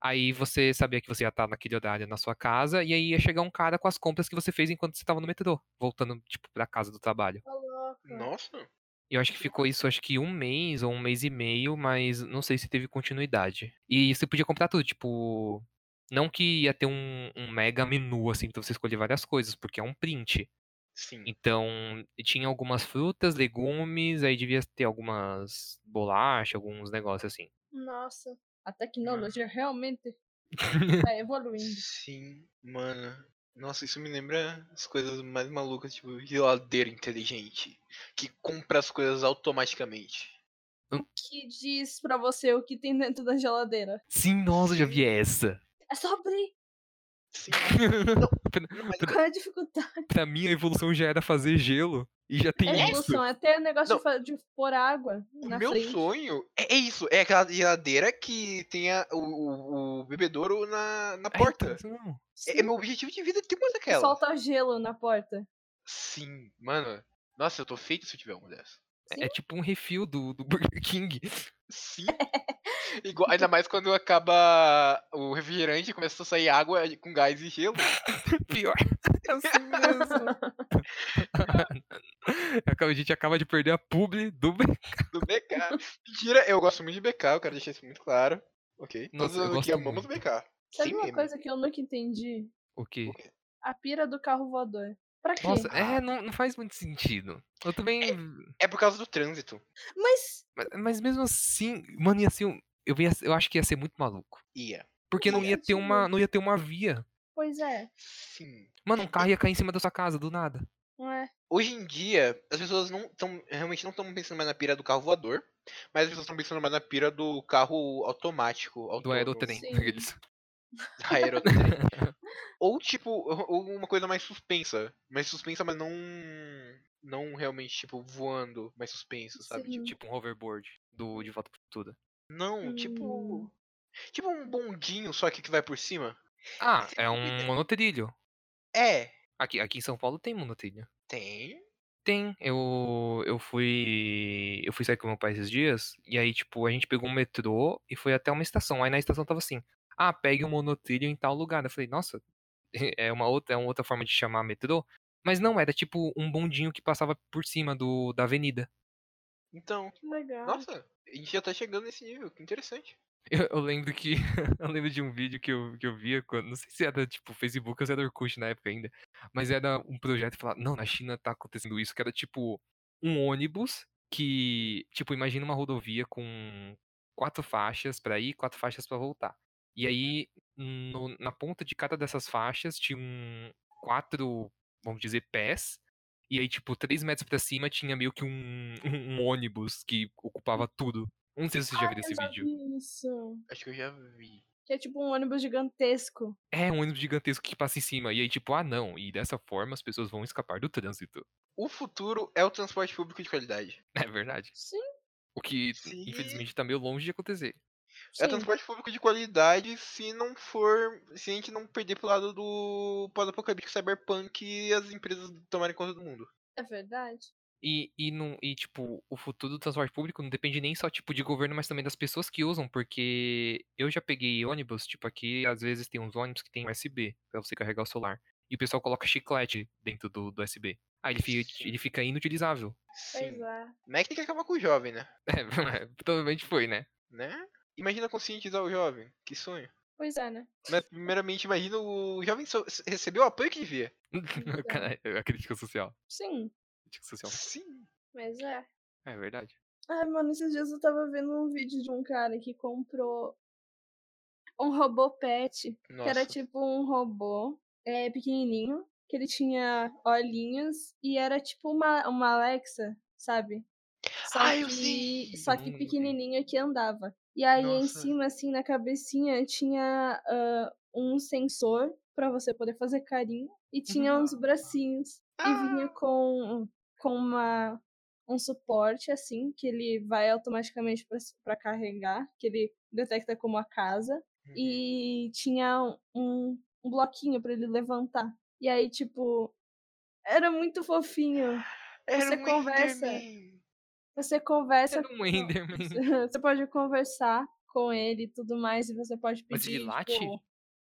[SPEAKER 1] Aí você sabia que você ia estar naquele horário na sua casa, e aí ia chegar um cara com as compras que você fez enquanto você estava no metrô, voltando, tipo, pra casa do trabalho.
[SPEAKER 3] Ô, louco.
[SPEAKER 2] nossa.
[SPEAKER 1] E eu acho que ficou isso, acho que um mês ou um mês e meio, mas não sei se teve continuidade. E você podia comprar tudo, tipo. Não que ia ter um, um mega menu, assim, pra você escolher várias coisas, porque é um print.
[SPEAKER 2] Sim.
[SPEAKER 1] Então, e tinha algumas frutas, legumes, aí devia ter algumas bolachas, alguns negócios assim.
[SPEAKER 3] Nossa. A tecnologia realmente tá evoluindo.
[SPEAKER 2] Sim, mano. Nossa, isso me lembra as coisas mais malucas, tipo, geladeira inteligente. Que compra as coisas automaticamente.
[SPEAKER 3] Que diz pra você o que tem dentro da geladeira.
[SPEAKER 1] Sim, nossa, eu já vi essa.
[SPEAKER 3] É só abrir.
[SPEAKER 2] Sim.
[SPEAKER 3] Qual é a dificuldade?
[SPEAKER 1] pra mim, a evolução já era fazer gelo. E já tem
[SPEAKER 3] É a
[SPEAKER 1] isso.
[SPEAKER 3] evolução. é Até o negócio
[SPEAKER 2] Não.
[SPEAKER 3] de, fa- de pôr água
[SPEAKER 2] O
[SPEAKER 3] na
[SPEAKER 2] meu
[SPEAKER 3] frente.
[SPEAKER 2] sonho é, é isso, é aquela geladeira que tenha o, o, o bebedouro na,
[SPEAKER 1] É,
[SPEAKER 2] na
[SPEAKER 1] então,
[SPEAKER 2] porta.
[SPEAKER 1] isso não.
[SPEAKER 2] É,
[SPEAKER 3] Sim.
[SPEAKER 2] meu objetivo de vida é ter uma daquela.
[SPEAKER 3] Solta gelo na porta.
[SPEAKER 2] Sim, mano. Nossa, eu tô feito se eu tiver uma dessa.
[SPEAKER 1] É, é tipo um refil do, do Burger King.
[SPEAKER 2] Sim. Igual, ainda mais quando acaba o refrigerante e começa a sair água com gás e gelo.
[SPEAKER 1] Pior.
[SPEAKER 3] É assim mesmo.
[SPEAKER 1] Acaba- A gente acaba de perder a publi do.
[SPEAKER 2] do BK. Mentira, eu gosto muito de BK, eu quero deixar isso muito claro. Ok?
[SPEAKER 1] Nossa, eu
[SPEAKER 2] Todos nós aqui
[SPEAKER 1] gosto
[SPEAKER 2] amamos
[SPEAKER 1] muito.
[SPEAKER 2] BK.
[SPEAKER 3] Sabe
[SPEAKER 2] Sim, é
[SPEAKER 3] uma
[SPEAKER 2] meme.
[SPEAKER 3] coisa que eu nunca entendi?
[SPEAKER 1] O quê?
[SPEAKER 2] O quê?
[SPEAKER 3] A pira do carro voador. Pra quê?
[SPEAKER 1] Nossa, é, não, não faz muito sentido. Eu também.
[SPEAKER 2] É por causa do trânsito.
[SPEAKER 3] Mas
[SPEAKER 1] Mas, mas mesmo assim, mano, ia ser um- eu, ia, eu acho que ia ser muito maluco.
[SPEAKER 2] Ia.
[SPEAKER 1] Porque não
[SPEAKER 2] Ia
[SPEAKER 1] ia ter
[SPEAKER 3] ser
[SPEAKER 1] uma, não ia ter uma via.
[SPEAKER 3] Pois é,
[SPEAKER 2] Sim.
[SPEAKER 1] Mano, um carro ia cair em cima da sua casa, do nada.
[SPEAKER 3] não é?
[SPEAKER 2] Hoje em dia, as pessoas não tão, realmente não estão pensando mais na pira do carro voador, mas as pessoas estão pensando mais na pira do carro automático.
[SPEAKER 1] é Do
[SPEAKER 2] autônomo,
[SPEAKER 1] aerotrem.
[SPEAKER 3] Sim.
[SPEAKER 1] aqueles.
[SPEAKER 2] aerotrem. Ou tipo, ou- ou uma coisa mais suspensa. Mais suspensa, mas não. Não realmente, tipo, voando, mas suspenso, sabe?
[SPEAKER 3] Sim.
[SPEAKER 1] Tipo um hoverboard do De Volta pro Futuro.
[SPEAKER 2] Não,
[SPEAKER 3] Hum.
[SPEAKER 2] tipo. Tipo um bondinho só que, que vai por cima.
[SPEAKER 1] Ah,
[SPEAKER 2] Sim,
[SPEAKER 1] é
[SPEAKER 2] e
[SPEAKER 1] um monotrilho.
[SPEAKER 2] É,
[SPEAKER 1] Aqui, aqui em São Paulo tem monotrilho.
[SPEAKER 2] tem.
[SPEAKER 1] Tem. Eu, eu fui. Eu fui sair com meu pai esses dias. E aí, tipo, a gente pegou um metrô e foi até uma estação. Aí na estação tava assim: Ah, pegue um monotrilho em tal lugar. Eu falei, nossa, é uma outra, é uma outra forma de chamar metrô. Mas não, era tipo um bondinho que passava por cima do, da avenida.
[SPEAKER 2] Então,
[SPEAKER 3] Que legal.
[SPEAKER 2] nossa, a gente já tá chegando nesse nível, que interessante.
[SPEAKER 1] Eu, eu lembro que. eu lembro de um vídeo que eu, que eu via quando. Não sei se era tipo Facebook ou se era Orkut na época ainda. Mas era um projeto que falava, não, na China tá acontecendo isso, que era tipo um ônibus que. Tipo, imagina uma rodovia com quatro faixas pra ir, quatro faixas pra voltar. E aí, no- na ponta de cada dessas faixas, tinha um, quatro, vamos dizer, pés. E aí, tipo, três metros pra cima tinha meio que um, um ônibus que ocupava tudo. Não sei se você já
[SPEAKER 3] Ah,
[SPEAKER 1] viu esse
[SPEAKER 3] eu já
[SPEAKER 1] vídeo.
[SPEAKER 3] vi Isso.
[SPEAKER 2] Acho que eu já vi.
[SPEAKER 3] Que é tipo um ônibus gigantesco.
[SPEAKER 1] É um ônibus gigantesco que passa em cima. E aí, tipo, ah, não. E dessa forma as pessoas vão escapar do trânsito.
[SPEAKER 2] O futuro é o transporte público de qualidade.
[SPEAKER 1] É verdade.
[SPEAKER 3] Sim,
[SPEAKER 1] O que,
[SPEAKER 2] Sim.
[SPEAKER 1] infelizmente, tá meio longe de acontecer.
[SPEAKER 2] É
[SPEAKER 3] sim.
[SPEAKER 2] transporte público de qualidade se não for. Se a gente não perder pro lado do pós-apocalíptico cyberpunk e as empresas tomarem conta do mundo.
[SPEAKER 3] É verdade.
[SPEAKER 1] E, e, não, e, tipo, o futuro do transporte público não depende nem só, tipo, de governo, mas também das pessoas que usam. Porque eu já peguei ônibus, tipo, aqui às vezes tem uns ônibus que tem USB pra você carregar o celular. E o pessoal coloca chiclete dentro do, do USB. Aí ele fica,
[SPEAKER 2] Sim.
[SPEAKER 1] ele fica inutilizável.
[SPEAKER 3] Pois
[SPEAKER 2] Sim.
[SPEAKER 3] é.
[SPEAKER 2] Não é que tem que acabar com o jovem, né?
[SPEAKER 1] É, provavelmente foi, né?
[SPEAKER 2] Né? Imagina conscientizar o jovem. Que sonho.
[SPEAKER 3] Pois é, né?
[SPEAKER 2] Mas, primeiramente, imagina o jovem so- recebeu o apoio que devia.
[SPEAKER 3] É
[SPEAKER 1] Cara, A crítica social.
[SPEAKER 3] Sim,
[SPEAKER 1] Crítica social.
[SPEAKER 2] Sim.
[SPEAKER 3] mas é.
[SPEAKER 1] É verdade.
[SPEAKER 3] Ai, mano, esses dias eu tava vendo um vídeo de um cara que comprou um robô pet, que
[SPEAKER 2] Nossa.
[SPEAKER 3] era tipo um robô é, pequenininho, que ele tinha olhinhos e era tipo uma, uma Alexa, sabe? Só
[SPEAKER 2] Ah, eu
[SPEAKER 3] que-
[SPEAKER 2] sei!
[SPEAKER 3] Só
[SPEAKER 1] Não,
[SPEAKER 3] que
[SPEAKER 1] não vi.
[SPEAKER 3] pequenininho que andava. E aí em
[SPEAKER 2] Nossa.
[SPEAKER 3] cima, assim, na cabecinha, tinha ah, um sensor pra você poder fazer carinho e tinha uns bracinhos. E
[SPEAKER 2] Ah.
[SPEAKER 3] vinha com, com uma, um suporte, assim, que ele vai automaticamente pra pra carregar, que ele detecta como a casa.
[SPEAKER 2] Uhum.
[SPEAKER 3] E tinha um- um, um bloquinho pra ele levantar. E aí, tipo, era muito fofinho.
[SPEAKER 2] Era
[SPEAKER 3] você
[SPEAKER 2] um
[SPEAKER 3] conversa.
[SPEAKER 2] Enderman.
[SPEAKER 3] Você conversa
[SPEAKER 1] Era um Enderman.
[SPEAKER 3] você pode conversar com ele e tudo mais, e você pode pedir.
[SPEAKER 1] Mas ele late?
[SPEAKER 3] tipo,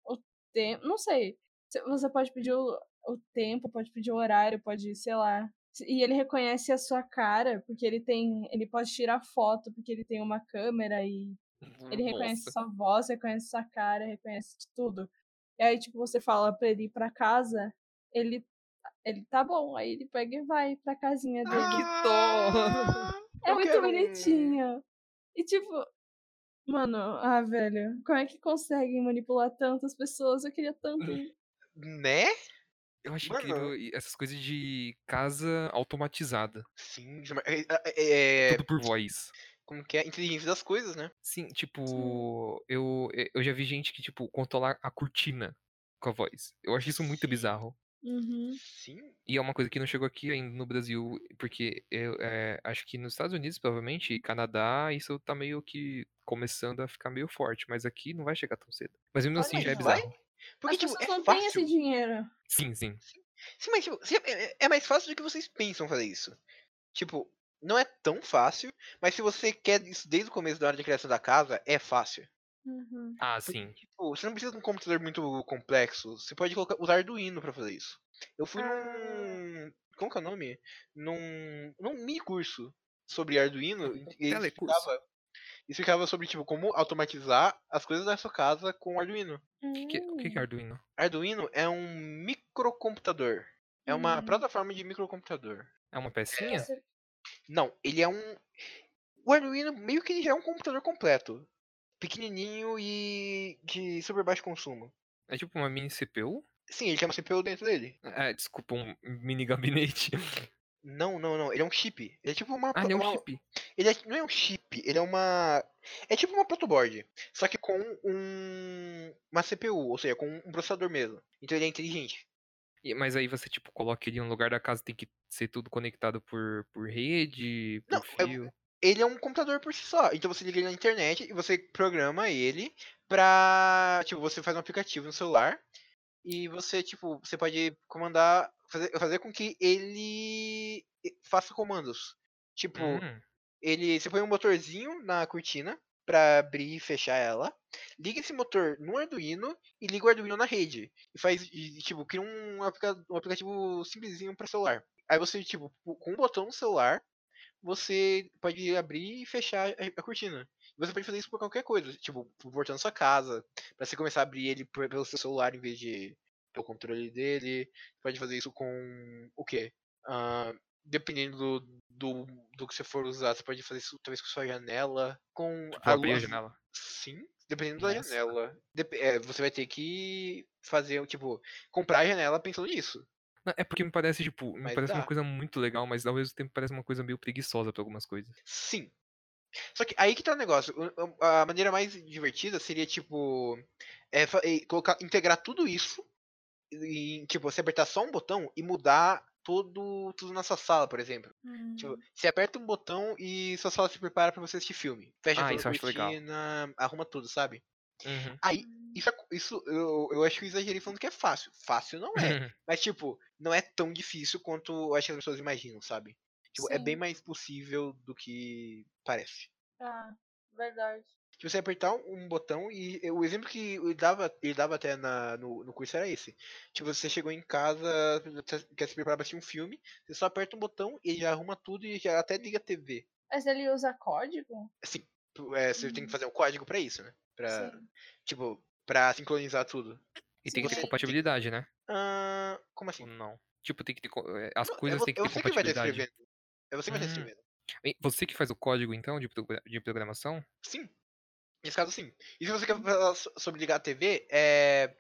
[SPEAKER 3] o tempo. Não sei. Você- Você pode pedir o, o tempo, pode pedir o horário, pode, sei lá. E ele reconhece a sua cara, porque ele tem. Ele pode tirar foto, porque ele tem uma câmera e
[SPEAKER 2] Hum,
[SPEAKER 3] ele reconhece
[SPEAKER 1] Nossa.
[SPEAKER 3] sua voz, reconhece sua cara, reconhece tudo. E aí, tipo, você fala pra ele ir pra casa, ele. Ele tá bom, aí ele pega e vai pra casinha dele.
[SPEAKER 1] Ai, que dó.
[SPEAKER 2] Ah,
[SPEAKER 3] É
[SPEAKER 2] eu
[SPEAKER 3] muito
[SPEAKER 2] quero um.
[SPEAKER 3] bonitinho. E tipo, mano, ah, velho, como é que conseguem manipular tantas pessoas? Eu queria
[SPEAKER 2] Hum.
[SPEAKER 3] tanto. um.
[SPEAKER 2] Né?
[SPEAKER 1] Eu acho
[SPEAKER 2] Mano.
[SPEAKER 1] incrível e- essas coisas de casa automatizada.
[SPEAKER 2] Sim. chama- é- é- é-
[SPEAKER 1] Tudo por voz.
[SPEAKER 2] como que é? Inteligência das coisas, né?
[SPEAKER 1] Sim, tipo, eu, e- eu já vi gente que, tipo, controlar a cortina com a voz. Eu acho isso muito
[SPEAKER 2] Sim.
[SPEAKER 1] bizarro.
[SPEAKER 3] Uhum.
[SPEAKER 2] Sim.
[SPEAKER 1] E é uma coisa que não chegou aqui ainda no Brasil, porque eu é, acho que nos Estados Unidos, provavelmente, e Canadá, isso tá meio que começando a ficar meio forte, mas aqui não vai chegar tão cedo. Mas mesmo assim
[SPEAKER 3] Olha,
[SPEAKER 1] já é
[SPEAKER 3] não
[SPEAKER 2] vai?
[SPEAKER 1] bizarro.
[SPEAKER 2] Porque,
[SPEAKER 3] As
[SPEAKER 2] tipo,
[SPEAKER 3] pessoas
[SPEAKER 2] é
[SPEAKER 3] não têm
[SPEAKER 2] fácil.
[SPEAKER 3] esse dinheiro.
[SPEAKER 1] Sim, sim.
[SPEAKER 2] Sim, mas, tipo, se- é- é- é mais fácil do que vocês pensam fazer isso. Tipo, não é tão fácil, mas se você quer isso desde o começo da hora de criação da casa, é fácil.
[SPEAKER 3] Uhum.
[SPEAKER 1] Ah, sim.
[SPEAKER 2] Tipo, você não precisa de um computador muito complexo. Você pode colocar, usar Arduino pra fazer isso. Eu fui
[SPEAKER 3] Ah.
[SPEAKER 2] num. Como que é o nome? Num. num mini curso sobre Arduino. e ele
[SPEAKER 1] telecurso.
[SPEAKER 2] explicava- explicava sobre, tipo, como automatizar as coisas da sua casa com Arduino.
[SPEAKER 1] O que, o
[SPEAKER 3] Hum.
[SPEAKER 2] Hum.
[SPEAKER 1] que que é Arduino?
[SPEAKER 2] Arduino é um microcomputador. É uma
[SPEAKER 1] Uhum.
[SPEAKER 3] Hum.
[SPEAKER 2] plataforma de microcomputador.
[SPEAKER 1] É uma pecinha?
[SPEAKER 3] Você-
[SPEAKER 2] Não, ele é um. O Arduino meio que ele já é um computador completo. Pequenininho e de super baixo consumo.
[SPEAKER 1] É tipo uma mini CPU?
[SPEAKER 2] Sim, ele tem uma CPU dentro dele.
[SPEAKER 1] É, desculpa, um mini gabinete.
[SPEAKER 2] Não, não, não. Ele é um chip. Ele é tipo uma.
[SPEAKER 1] Ah, ele é um
[SPEAKER 2] uma-
[SPEAKER 1] chip.
[SPEAKER 2] ele é- não é um chip, ele é uma. É tipo uma protoboard. Só que com um. Uma CPU, ou seja, com um processador mesmo. Então ele é inteligente.
[SPEAKER 1] E- Mas aí você, tipo, coloca ele no lugar da casa, tem que ser tudo conectado por, por rede, por
[SPEAKER 2] Não, é-
[SPEAKER 1] fio.
[SPEAKER 2] Ele é um computador por si só. Então você liga ele na internet e você programa ele pra. Tipo, você faz um aplicativo no celular. E você, tipo, você pode comandar. Fazer, fazer com que ele faça comandos. Tipo,
[SPEAKER 1] Hum,
[SPEAKER 2] ele você põe um motorzinho na cortina pra abrir e fechar ela. Liga esse motor no Arduino e liga o Arduino na rede. E faz e, tipo, cria um, aplica- um aplicativo simplesinho pra celular. Aí você tipo, pu- com um botão no celular, você pode abrir e fechar a, a cortina. Você pode fazer isso por qualquer coisa, tipo, voltando sua casa, pra você começar a abrir ele por- pelo seu celular em vez de pelo controle dele. Pode fazer isso com o quê? Ah, dependendo do, do, do que você for usar, você pode fazer isso talvez com sua janela, com
[SPEAKER 1] tipo, abrir a janela.
[SPEAKER 2] Sim, dependendo da
[SPEAKER 1] Nossa.
[SPEAKER 2] janela. Dep- é, você vai ter que fazer, tipo, comprar a janela pensando nisso.
[SPEAKER 1] Não, É porque me parece, tipo, me
[SPEAKER 2] Mas
[SPEAKER 1] parece uma
[SPEAKER 2] dá.
[SPEAKER 1] coisa muito legal, mas ao mesmo tempo parece uma coisa meio preguiçosa pra algumas coisas.
[SPEAKER 2] Sim. Só que aí que tá o negócio. o- o- A maneira mais divertida seria, tipo, é, fa- e colocar, integrar tudo isso e, tipo, você apertar só um botão e mudar todo, tudo na sua sala, por exemplo.
[SPEAKER 3] Hum.
[SPEAKER 2] Tipo,
[SPEAKER 1] Uhum.
[SPEAKER 2] você aperta um botão e sua sala se prepara pra você assistir filme. Fecha
[SPEAKER 1] Ah,
[SPEAKER 2] toda
[SPEAKER 1] isso eu
[SPEAKER 2] a
[SPEAKER 1] acho legal.
[SPEAKER 2] cortina, arruma tudo, sabe?
[SPEAKER 1] Uhum.
[SPEAKER 2] Aí, isso, é co- isso eu, eu acho que eu exagerei falando que é fácil. Fácil não é. mas, tipo, não é tão difícil quanto eu acho que as pessoas imaginam, sabe? Tipo, é bem
[SPEAKER 3] Sim.
[SPEAKER 2] mais possível do que parece.
[SPEAKER 3] Ah, verdade.
[SPEAKER 2] Tipo, você apertar um botão e e o exemplo que ele dava, ele dava até na, no, no curso era esse. Tipo, você chegou em casa, você quer se preparar pra assistir um filme, você só aperta um botão e ele já arruma tudo e já até liga a TV.
[SPEAKER 3] Mas ele usa código?
[SPEAKER 2] Assim, tu- é, você tem
[SPEAKER 3] Uhum.
[SPEAKER 2] que fazer um código pra isso, né? Pra,
[SPEAKER 3] Sim.
[SPEAKER 2] tipo, pra sincronizar tudo.
[SPEAKER 1] E
[SPEAKER 3] Se
[SPEAKER 1] tem que ter
[SPEAKER 2] você-
[SPEAKER 1] compatibilidade, né?
[SPEAKER 2] Ah, como assim?
[SPEAKER 1] Ou não? Tipo, tem que ter. co- eh, As
[SPEAKER 2] Não, é
[SPEAKER 1] coisas
[SPEAKER 2] vo-
[SPEAKER 1] têm que
[SPEAKER 2] é
[SPEAKER 1] ter
[SPEAKER 2] você que vai estar
[SPEAKER 1] compatibilidade.
[SPEAKER 2] escrevendo. É você que vai estar
[SPEAKER 1] Hum.
[SPEAKER 2] escrevendo.
[SPEAKER 1] E Você que faz o código, então, de, progra- de programação?
[SPEAKER 2] Sim. Nesse caso, sim. E se você quer falar so- sobre ligar a TV, é...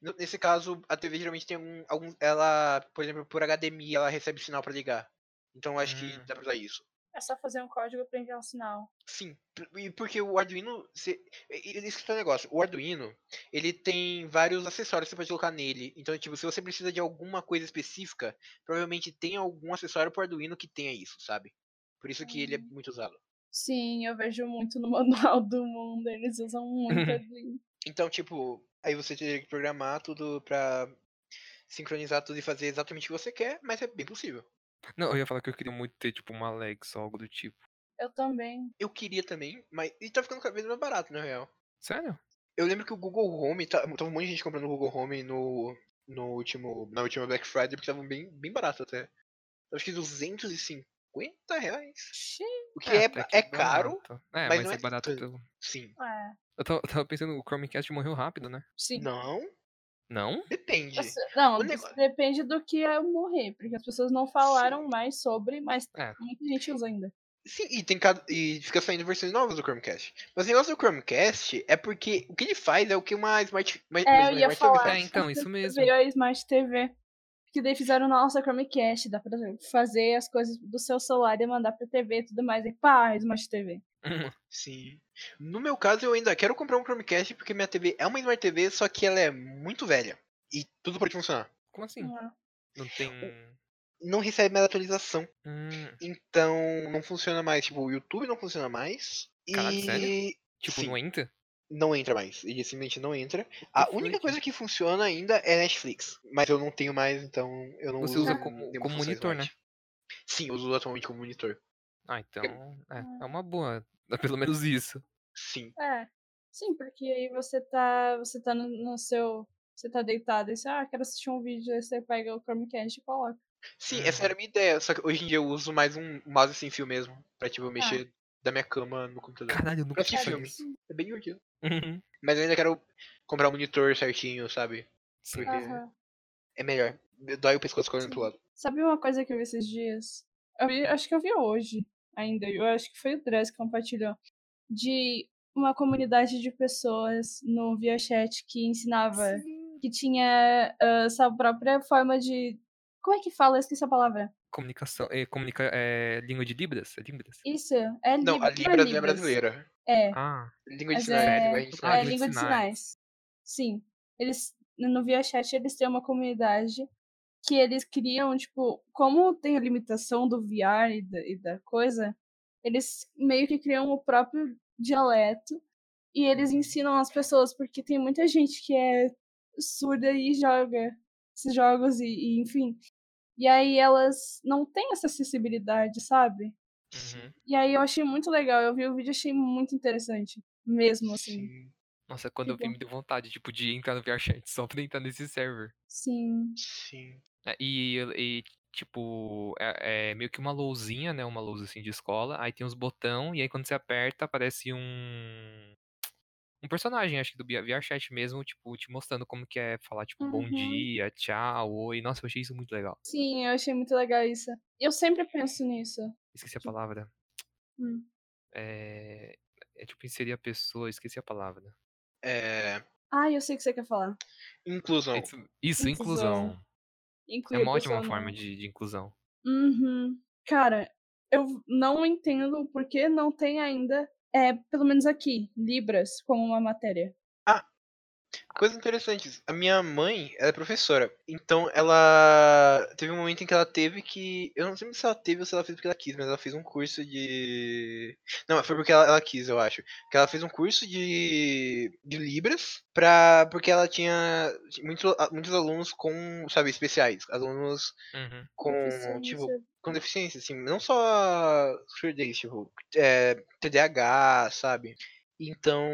[SPEAKER 2] no- Nesse caso, a TV geralmente tem algum, algum... Ela, por exemplo, por HDMI, ela recebe sinal pra ligar. Então eu acho que
[SPEAKER 1] Hum.
[SPEAKER 2] dá pra usar isso.
[SPEAKER 3] É só fazer um código pra enviar um sinal.
[SPEAKER 2] Sim, por- e porque o Arduino, você, e- e- isso que é o negócio, o Arduino, ele tem vários acessórios que você pode colocar nele, então, tipo, se você precisa de alguma coisa específica, provavelmente tem algum acessório pro Arduino que tenha isso, sabe? Por isso que ele é
[SPEAKER 3] Hum.
[SPEAKER 2] muito usado.
[SPEAKER 3] Sim, eu vejo muito no manual do mundo. Eles usam muito ali.
[SPEAKER 2] Então, tipo, aí você teria que programar tudo pra sincronizar tudo e fazer exatamente o que você quer, mas é bem possível.
[SPEAKER 1] Não, eu ia falar que eu queria muito ter, tipo, uma Alexa ou algo do tipo.
[SPEAKER 3] Eu também.
[SPEAKER 2] Eu queria também, mas e tá ficando cada vez mais barato, na real.
[SPEAKER 1] Sério?
[SPEAKER 2] Eu lembro que o Google Home, tá, tava um monte de gente comprando o Google Home no, no último, na última Black Friday, porque tava bem, bem barato até. Acho que 250 reais.
[SPEAKER 3] Xiii.
[SPEAKER 2] O que é,
[SPEAKER 1] até
[SPEAKER 2] é caro,
[SPEAKER 1] barato. É,
[SPEAKER 2] mas
[SPEAKER 1] mas,
[SPEAKER 2] não
[SPEAKER 1] é,
[SPEAKER 2] é
[SPEAKER 1] barato
[SPEAKER 2] tanto.
[SPEAKER 1] pelo.
[SPEAKER 2] sim.
[SPEAKER 3] É,
[SPEAKER 1] Eu tava, eu tava pensando, o Chromecast morreu rápido, né?
[SPEAKER 3] sim.
[SPEAKER 2] Não,
[SPEAKER 1] Não?
[SPEAKER 2] depende.
[SPEAKER 3] Assim, Não,
[SPEAKER 2] O
[SPEAKER 3] des-
[SPEAKER 2] negócio-
[SPEAKER 3] depende do que é morrer, porque as pessoas não falaram mais sobre, mas
[SPEAKER 1] É.
[SPEAKER 3] muita gente usa ainda.
[SPEAKER 2] Sim, e, tem cada, e fica saindo versões novas do Chromecast. Mas o negócio do Chromecast é porque o que ele faz é o que uma Smart, uma,
[SPEAKER 3] É,
[SPEAKER 2] uma
[SPEAKER 3] eu ia
[SPEAKER 2] smart TV
[SPEAKER 3] falar.
[SPEAKER 1] É,
[SPEAKER 2] faz.
[SPEAKER 1] então, isso mesmo.
[SPEAKER 3] Veio a Smart TV. Que daí fizeram, nossa, Chromecast, dá pra fazer as coisas do seu celular e mandar pra TV e tudo mais. E pá, Smart TV.
[SPEAKER 2] Sim. No meu caso, eu ainda quero comprar um Chromecast porque minha TV é uma Smart TV, só que ela é muito velha. E tudo pode funcionar.
[SPEAKER 1] Como assim?
[SPEAKER 3] Ah,
[SPEAKER 1] Não tem.
[SPEAKER 2] Não recebe mais atualização.
[SPEAKER 1] Hum,
[SPEAKER 2] Então não funciona mais. Tipo, o YouTube não funciona mais. E
[SPEAKER 1] Caralho, sério? tipo,
[SPEAKER 2] Sim.
[SPEAKER 1] não entra?
[SPEAKER 2] não entra mais. Ele simplesmente não entra. A
[SPEAKER 1] the
[SPEAKER 2] única
[SPEAKER 1] fuck?
[SPEAKER 2] coisa que funciona ainda é Netflix. Mas eu não tenho mais, então eu não
[SPEAKER 1] Você
[SPEAKER 2] uso.
[SPEAKER 1] usa
[SPEAKER 2] nenhuma
[SPEAKER 1] como-
[SPEAKER 2] função
[SPEAKER 1] como monitor, né?
[SPEAKER 2] Smart. Sim, eu uso atualmente como monitor.
[SPEAKER 1] Ah, então. É, é uma boa. Dá
[SPEAKER 2] Hum.
[SPEAKER 1] Pelo menos isso.
[SPEAKER 2] Sim.
[SPEAKER 3] É. Sim, porque aí você tá. Você tá no, no seu. Você tá deitado e você, ah, quero assistir um vídeo, aí você pega o Chromecast e coloca.
[SPEAKER 2] Sim,
[SPEAKER 1] Uhum.
[SPEAKER 2] essa era a minha ideia. Só que hoje em dia eu uso mais um mouse sem fio mesmo. Pra
[SPEAKER 1] Tá.
[SPEAKER 2] tipo, eu mexer da minha cama no computador.
[SPEAKER 1] Caralho, eu nunca
[SPEAKER 2] Pra
[SPEAKER 1] tinha
[SPEAKER 2] assistir
[SPEAKER 1] pensado
[SPEAKER 2] filme.
[SPEAKER 1] nisso.
[SPEAKER 3] assim.
[SPEAKER 2] É bem divertido.
[SPEAKER 1] Uhum.
[SPEAKER 2] Mas eu ainda quero comprar um monitor certinho, sabe?
[SPEAKER 1] Sim.
[SPEAKER 2] Porque-
[SPEAKER 3] Aham.
[SPEAKER 2] É melhor. Dói o pescoço correndo pro
[SPEAKER 3] Sim.
[SPEAKER 2] lado.
[SPEAKER 3] Sabe uma coisa que eu vi esses dias? Eu vi- acho que eu vi hoje ainda. Eu acho que foi o Dress que compartilhou. De uma comunidade de pessoas no ViaChat que ensinava. Que tinha ah, sua própria forma de. Como é que fala? Eu esqueci a palavra.
[SPEAKER 1] Comunicação. É, comunica, é, língua de Libras? É Libras?
[SPEAKER 3] Isso, é Libras.
[SPEAKER 2] Não, a Libras não é brasileira.
[SPEAKER 3] É,
[SPEAKER 1] Ah,
[SPEAKER 2] Língua de
[SPEAKER 3] Mas
[SPEAKER 2] sinais,
[SPEAKER 3] é-
[SPEAKER 2] língua de
[SPEAKER 1] Ah,
[SPEAKER 3] é
[SPEAKER 2] sinais.
[SPEAKER 1] língua de
[SPEAKER 3] língua de
[SPEAKER 1] sinais.
[SPEAKER 3] sinais. Sim. Eles, no ViaChat, eles têm uma comunidade que eles criam, tipo, como tem a limitação do VR e da, e da coisa, eles meio que criam o próprio dialeto e eles ensinam as pessoas, porque tem muita gente que é surda e joga esses jogos e, e enfim. E aí elas não têm essa acessibilidade, sabe?
[SPEAKER 1] uhum.
[SPEAKER 3] E aí eu achei muito legal, eu vi o vídeo e achei muito interessante, mesmo assim.
[SPEAKER 2] Sim,
[SPEAKER 1] Nossa, quando eu vi,
[SPEAKER 3] bom.
[SPEAKER 1] me deu vontade, tipo, de entrar no VRChat só pra entrar nesse server.
[SPEAKER 3] Sim.
[SPEAKER 2] sim.
[SPEAKER 1] É, E, eu- e, tipo, é, é meio que uma lousinha, né? Uma lousa assim de escola. Aí tem uns botão, e aí quando você aperta, aparece um. Um personagem, acho que do Via- VRChat mesmo, tipo, te mostrando como que é falar, tipo, bom
[SPEAKER 3] Uhum.
[SPEAKER 1] dia, tchau, oi. Nossa, eu achei isso muito legal.
[SPEAKER 3] Sim, eu achei muito legal isso. Eu sempre penso nisso.
[SPEAKER 1] Esqueci a palavra.
[SPEAKER 3] Tipo Hum.
[SPEAKER 1] É, é tipo inserir a pessoa, esqueci a palavra.
[SPEAKER 2] É,
[SPEAKER 3] Ah, eu sei o que você quer falar.
[SPEAKER 2] inclusão.
[SPEAKER 1] É Isso, isso,
[SPEAKER 3] Inclusão.
[SPEAKER 1] inclusão.
[SPEAKER 3] Incluir
[SPEAKER 1] É
[SPEAKER 3] a
[SPEAKER 1] uma ótima
[SPEAKER 3] pessoa no-
[SPEAKER 1] forma de, de inclusão.
[SPEAKER 3] Uhum. Cara, eu não entendo por que não tem ainda, é, pelo menos aqui, Libras como uma matéria.
[SPEAKER 2] Coisas interessantes. A minha mãe, ela é professora. Então ela. Teve um momento em que ela teve que. Eu não sei se ela teve ou se ela fez porque ela quis, mas ela fez um curso de. Não, foi porque ela, ela quis, eu acho. Que ela fez um curso de. de Libras. Pra... Porque ela tinha muito, muitos alunos com, sabe, especiais. Alunos
[SPEAKER 1] Uhum.
[SPEAKER 2] com.
[SPEAKER 3] Deficiência.
[SPEAKER 2] Tipo, com deficiência, assim, não só surdez, tipo, é, TDAH, sabe? Então,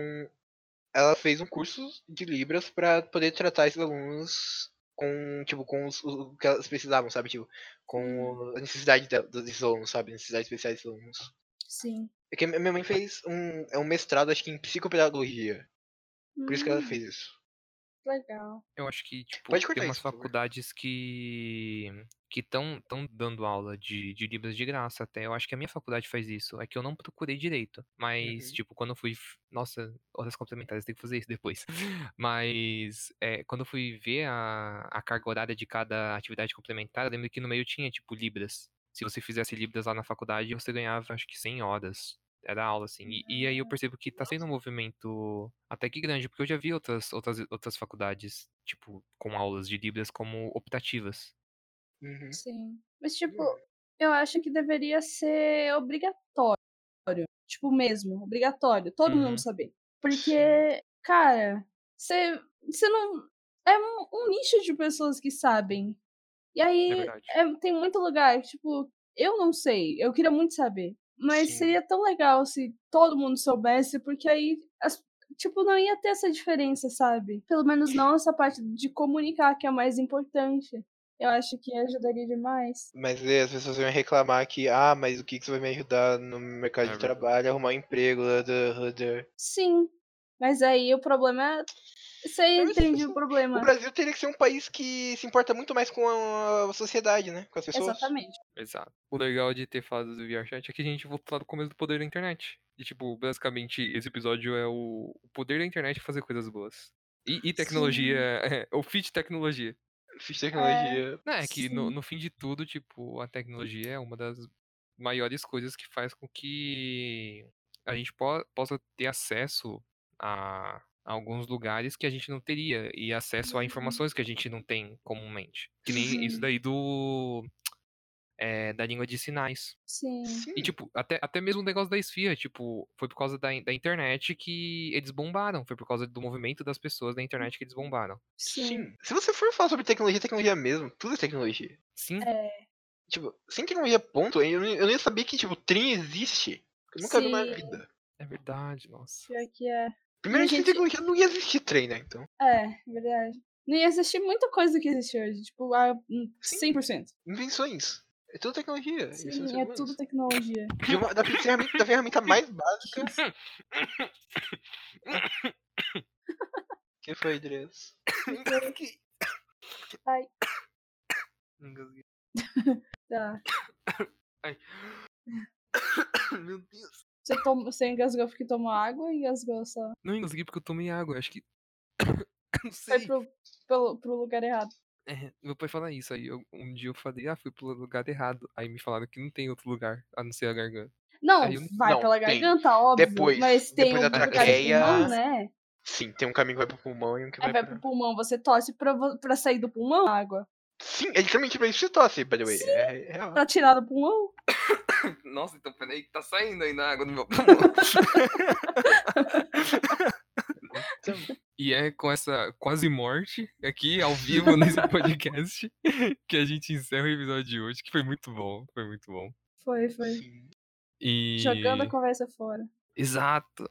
[SPEAKER 2] ela fez um curso de Libras pra poder tratar esses alunos com, tipo, com os, o o que elas precisavam, sabe? Tipo, com
[SPEAKER 1] Uhum.
[SPEAKER 2] a necessidade da- desses alunos, sabe? Necessidades especiais dos alunos.
[SPEAKER 3] Sim.
[SPEAKER 2] É que a minha mãe fez um, é um mestrado, acho que em psicopedagogia. Por isso que ela
[SPEAKER 1] Hum.
[SPEAKER 2] fez isso.
[SPEAKER 3] Hum, Legal.
[SPEAKER 1] Eu acho que, tipo,
[SPEAKER 2] Pode cortar
[SPEAKER 1] tem umas
[SPEAKER 2] isso, por favor.
[SPEAKER 1] faculdades que que estão tão dando aula de, de Libras de graça até. Eu acho que a minha faculdade faz isso. É que eu não procurei direito. Mas,
[SPEAKER 2] Uhum.
[SPEAKER 1] tipo, quando eu fui. f- Nossa, horas complementares, tem que fazer isso depois. Mas, é, quando eu fui ver a, a carga horária de cada atividade complementar, eu lembro que no meio tinha, tipo, Libras. Se você fizesse Libras lá na faculdade, você ganhava, acho que, 100 horas. Era aula, assim. E, e aí eu percebo que tá sendo um movimento até que grande, porque eu já vi outras, outras, outras faculdades, tipo, com aulas de Libras como optativas.
[SPEAKER 2] Uhum.
[SPEAKER 3] Sim. Mas, tipo, eu acho que deveria ser obrigatório. Tipo, mesmo, obrigatório. Todo
[SPEAKER 1] Uhum.
[SPEAKER 3] mundo saber. Porque, cara, você você não. É um, um nicho de pessoas que sabem. E
[SPEAKER 1] É
[SPEAKER 3] aí,
[SPEAKER 1] verdade.
[SPEAKER 3] é- tem muito lugar, que, tipo, eu não sei, eu queria muito saber. Mas
[SPEAKER 2] Sim.
[SPEAKER 3] seria tão legal se todo mundo soubesse, porque aí, as- tipo, não ia ter essa diferença, sabe? Pelo menos não essa parte de comunicar, que é a mais importante. Eu acho que ajudaria demais.
[SPEAKER 2] Mas é, as pessoas iam reclamar que, ah, mas o que, que você vai me ajudar no mercado
[SPEAKER 1] É
[SPEAKER 2] de
[SPEAKER 1] verdade.
[SPEAKER 2] trabalho, arrumar um emprego, lá da- lá da-
[SPEAKER 3] Sim, mas aí o problema é. Você
[SPEAKER 2] Mas
[SPEAKER 3] entende
[SPEAKER 2] isso-
[SPEAKER 3] o problema.
[SPEAKER 2] O Brasil teria que ser um país que se importa muito mais com a, a sociedade, né? Com as pessoas.
[SPEAKER 3] Exatamente.
[SPEAKER 1] Exato. O legal de ter falado do VRChat é que a gente voltou lá do começo do poder da internet. E, tipo, basicamente, esse episódio é o o poder da internet fazer coisas boas. E, e tecnologia, é, o fit tecnologia.
[SPEAKER 2] Fiz tecnologia.
[SPEAKER 1] Não, é que no,
[SPEAKER 3] Sim. Hum.
[SPEAKER 1] no fim de tudo, tipo, a tecnologia é uma das maiores coisas que faz com que a gente po- possa ter acesso a a alguns lugares que a gente não teria e acesso a
[SPEAKER 3] Uhum.
[SPEAKER 1] informações que a gente não tem comumente. Que nem
[SPEAKER 3] Sim.
[SPEAKER 1] isso daí do é, da língua de sinais.
[SPEAKER 3] É, Sim.
[SPEAKER 2] Sim.
[SPEAKER 1] E, tipo, até, até mesmo o negócio da esfirra, tipo, foi por causa da, in- da internet que eles bombaram. Foi por causa do movimento das pessoas da internet que eles bombaram.
[SPEAKER 3] Sim.
[SPEAKER 2] Sim. Se você for falar sobre tecnologia, tecnologia mesmo, tudo é tecnologia.
[SPEAKER 1] Sim,
[SPEAKER 2] Tipo, sem tecnologia, ponto, eu, nem- eu nem sabia que, tipo, trem existe. Eu nunca vi na
[SPEAKER 3] Sim.
[SPEAKER 2] vida.
[SPEAKER 1] é verdade, nossa.
[SPEAKER 3] Pior que é.
[SPEAKER 2] Primeiro
[SPEAKER 3] E,
[SPEAKER 2] que sem
[SPEAKER 3] gente-
[SPEAKER 2] tecnologia não ia existir trem, né? Então.
[SPEAKER 3] É, verdade. Não ia existir muita coisa que existe hoje. Tipo, ah, hum, 100%.
[SPEAKER 2] Invenções. É tudo tecnologia. isso
[SPEAKER 3] Sim,
[SPEAKER 2] nos
[SPEAKER 3] é
[SPEAKER 2] seres
[SPEAKER 3] tudo
[SPEAKER 2] humanos.
[SPEAKER 3] tecnologia.
[SPEAKER 2] De uma- da, ferramenta, da ferramenta mais básica. que foi, Dres?
[SPEAKER 1] Então,
[SPEAKER 3] Ai.
[SPEAKER 1] Engasguei.
[SPEAKER 3] Tá.
[SPEAKER 1] Meu Deus.
[SPEAKER 3] Você, tom- você engasgou porque tomou água e engasgou só.
[SPEAKER 1] Não engasguei porque eu tomei água. Acho que. Não
[SPEAKER 3] Foi
[SPEAKER 1] sei.
[SPEAKER 3] pro, pelo, pro lugar errado.
[SPEAKER 1] É, meu pai fala isso aí. eu- um dia eu falei, ah, fui pro lugar errado. Aí me falaram que não tem outro lugar a não ser a garganta.
[SPEAKER 3] Não,
[SPEAKER 1] Aí eu-
[SPEAKER 3] vai
[SPEAKER 2] Não,
[SPEAKER 3] pela
[SPEAKER 2] tem.
[SPEAKER 3] garganta, óbvio.
[SPEAKER 2] Depois-
[SPEAKER 3] mas tem
[SPEAKER 2] depois
[SPEAKER 3] o
[SPEAKER 2] da
[SPEAKER 3] lugar de
[SPEAKER 2] traqueia-
[SPEAKER 3] pulmão, né?
[SPEAKER 2] Sim, tem um caminho que vai pro pulmão e um que
[SPEAKER 3] Aí
[SPEAKER 2] vai,
[SPEAKER 3] vai
[SPEAKER 2] pra...
[SPEAKER 3] pro pulmão, você tosse pra, vo- pra sair do pulmão a água.
[SPEAKER 2] Sim, é literalmente pra isso que você tosse, by the way. É, é real.
[SPEAKER 3] Pra tirar do pulmão?
[SPEAKER 1] Nossa, então peraí, que tá saindo ainda água do meu pulmão.
[SPEAKER 2] Então,
[SPEAKER 1] E é com essa quase morte aqui ao vivo nesse podcast que a gente encerra o episódio de hoje, que foi muito bom, foi muito bom.
[SPEAKER 3] Foi, foi.
[SPEAKER 2] sim.
[SPEAKER 1] E
[SPEAKER 3] Jogando a conversa fora.
[SPEAKER 1] exato.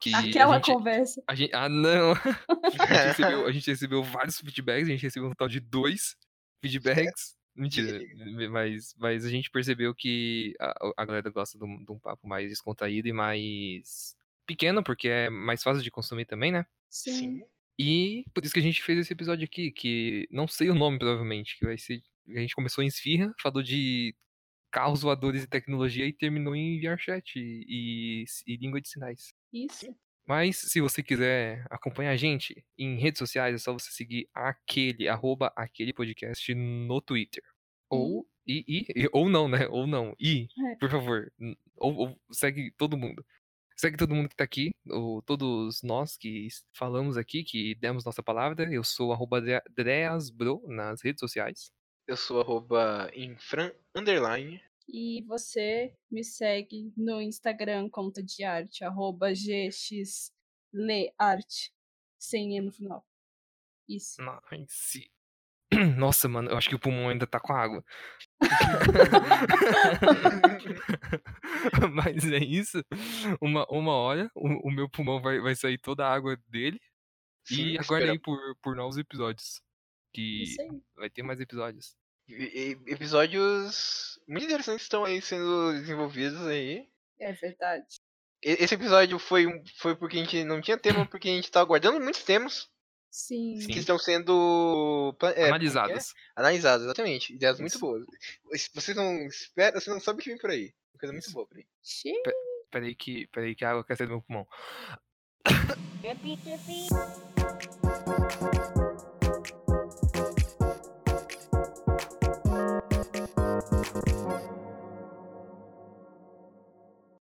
[SPEAKER 1] Que
[SPEAKER 3] Aquela
[SPEAKER 1] a gente,
[SPEAKER 3] conversa.
[SPEAKER 1] a gente- ah não. a, gente recebeu, a gente recebeu vários feedbacks, a gente recebeu um total de dois feedbacks. Mentira, mas, mas a gente percebeu que a, a galera gosta de um, de um papo mais descontraído e mais pequeno, porque é mais fácil de consumir também, né?
[SPEAKER 3] Sim.
[SPEAKER 2] Sim.
[SPEAKER 1] E por isso que a gente fez esse episódio aqui, que não sei o nome, provavelmente, que vai ser. A gente começou em esfirra, falou de carros voadores e tecnologia e terminou em VRChat e, e, e língua de sinais.
[SPEAKER 3] Isso.
[SPEAKER 1] Mas se você quiser acompanhar a gente em redes sociais, é só você seguir aquele, arroba aquele podcast no Twitter. Ou. E, e- e- ou não, né? Ou não. E,
[SPEAKER 3] Uhum. É.
[SPEAKER 1] por favor, n- ou, ou segue todo mundo. Segue todo mundo que tá aqui, ou todos nós que s- falamos aqui, que demos nossa palavra. Eu sou arroba Dre- Dreasbro nas redes sociais.
[SPEAKER 2] Eu sou arroba infran underline.
[SPEAKER 3] E você me segue no Instagram, conta de arte, arroba gxlearte, sem E no final.
[SPEAKER 1] Hum,
[SPEAKER 3] Isso.
[SPEAKER 1] Nice. Nossa, mano, eu acho que o pulmão ainda tá com água. Mas é isso. Uma, uma hora, o, o meu pulmão vai, vai sair toda a água dele.
[SPEAKER 2] Sim,
[SPEAKER 1] e aguarda aí
[SPEAKER 2] espera-
[SPEAKER 1] por, por novos episódios. Que
[SPEAKER 3] Isso aí.
[SPEAKER 1] vai ter mais episódios.
[SPEAKER 2] e- e- Episódios muito interessantes estão aí sendo desenvolvidos aí.
[SPEAKER 3] É verdade.
[SPEAKER 2] e- esse episódio foi, um- foi porque a gente não tinha tema, porque a gente tava guardando muitos temas
[SPEAKER 3] Sim.
[SPEAKER 1] Sim.
[SPEAKER 2] que estão sendo pla- é,
[SPEAKER 1] Analisadas.
[SPEAKER 2] analisados, exatamente. Ideias muito
[SPEAKER 1] Isso.
[SPEAKER 2] boas. Vocês não esperam, você não sabe o que vem por aí. Uma coisa muito boa por aí.
[SPEAKER 3] Xiii.
[SPEAKER 1] Peraí que, peraí que a água quer sair do meu pulmão.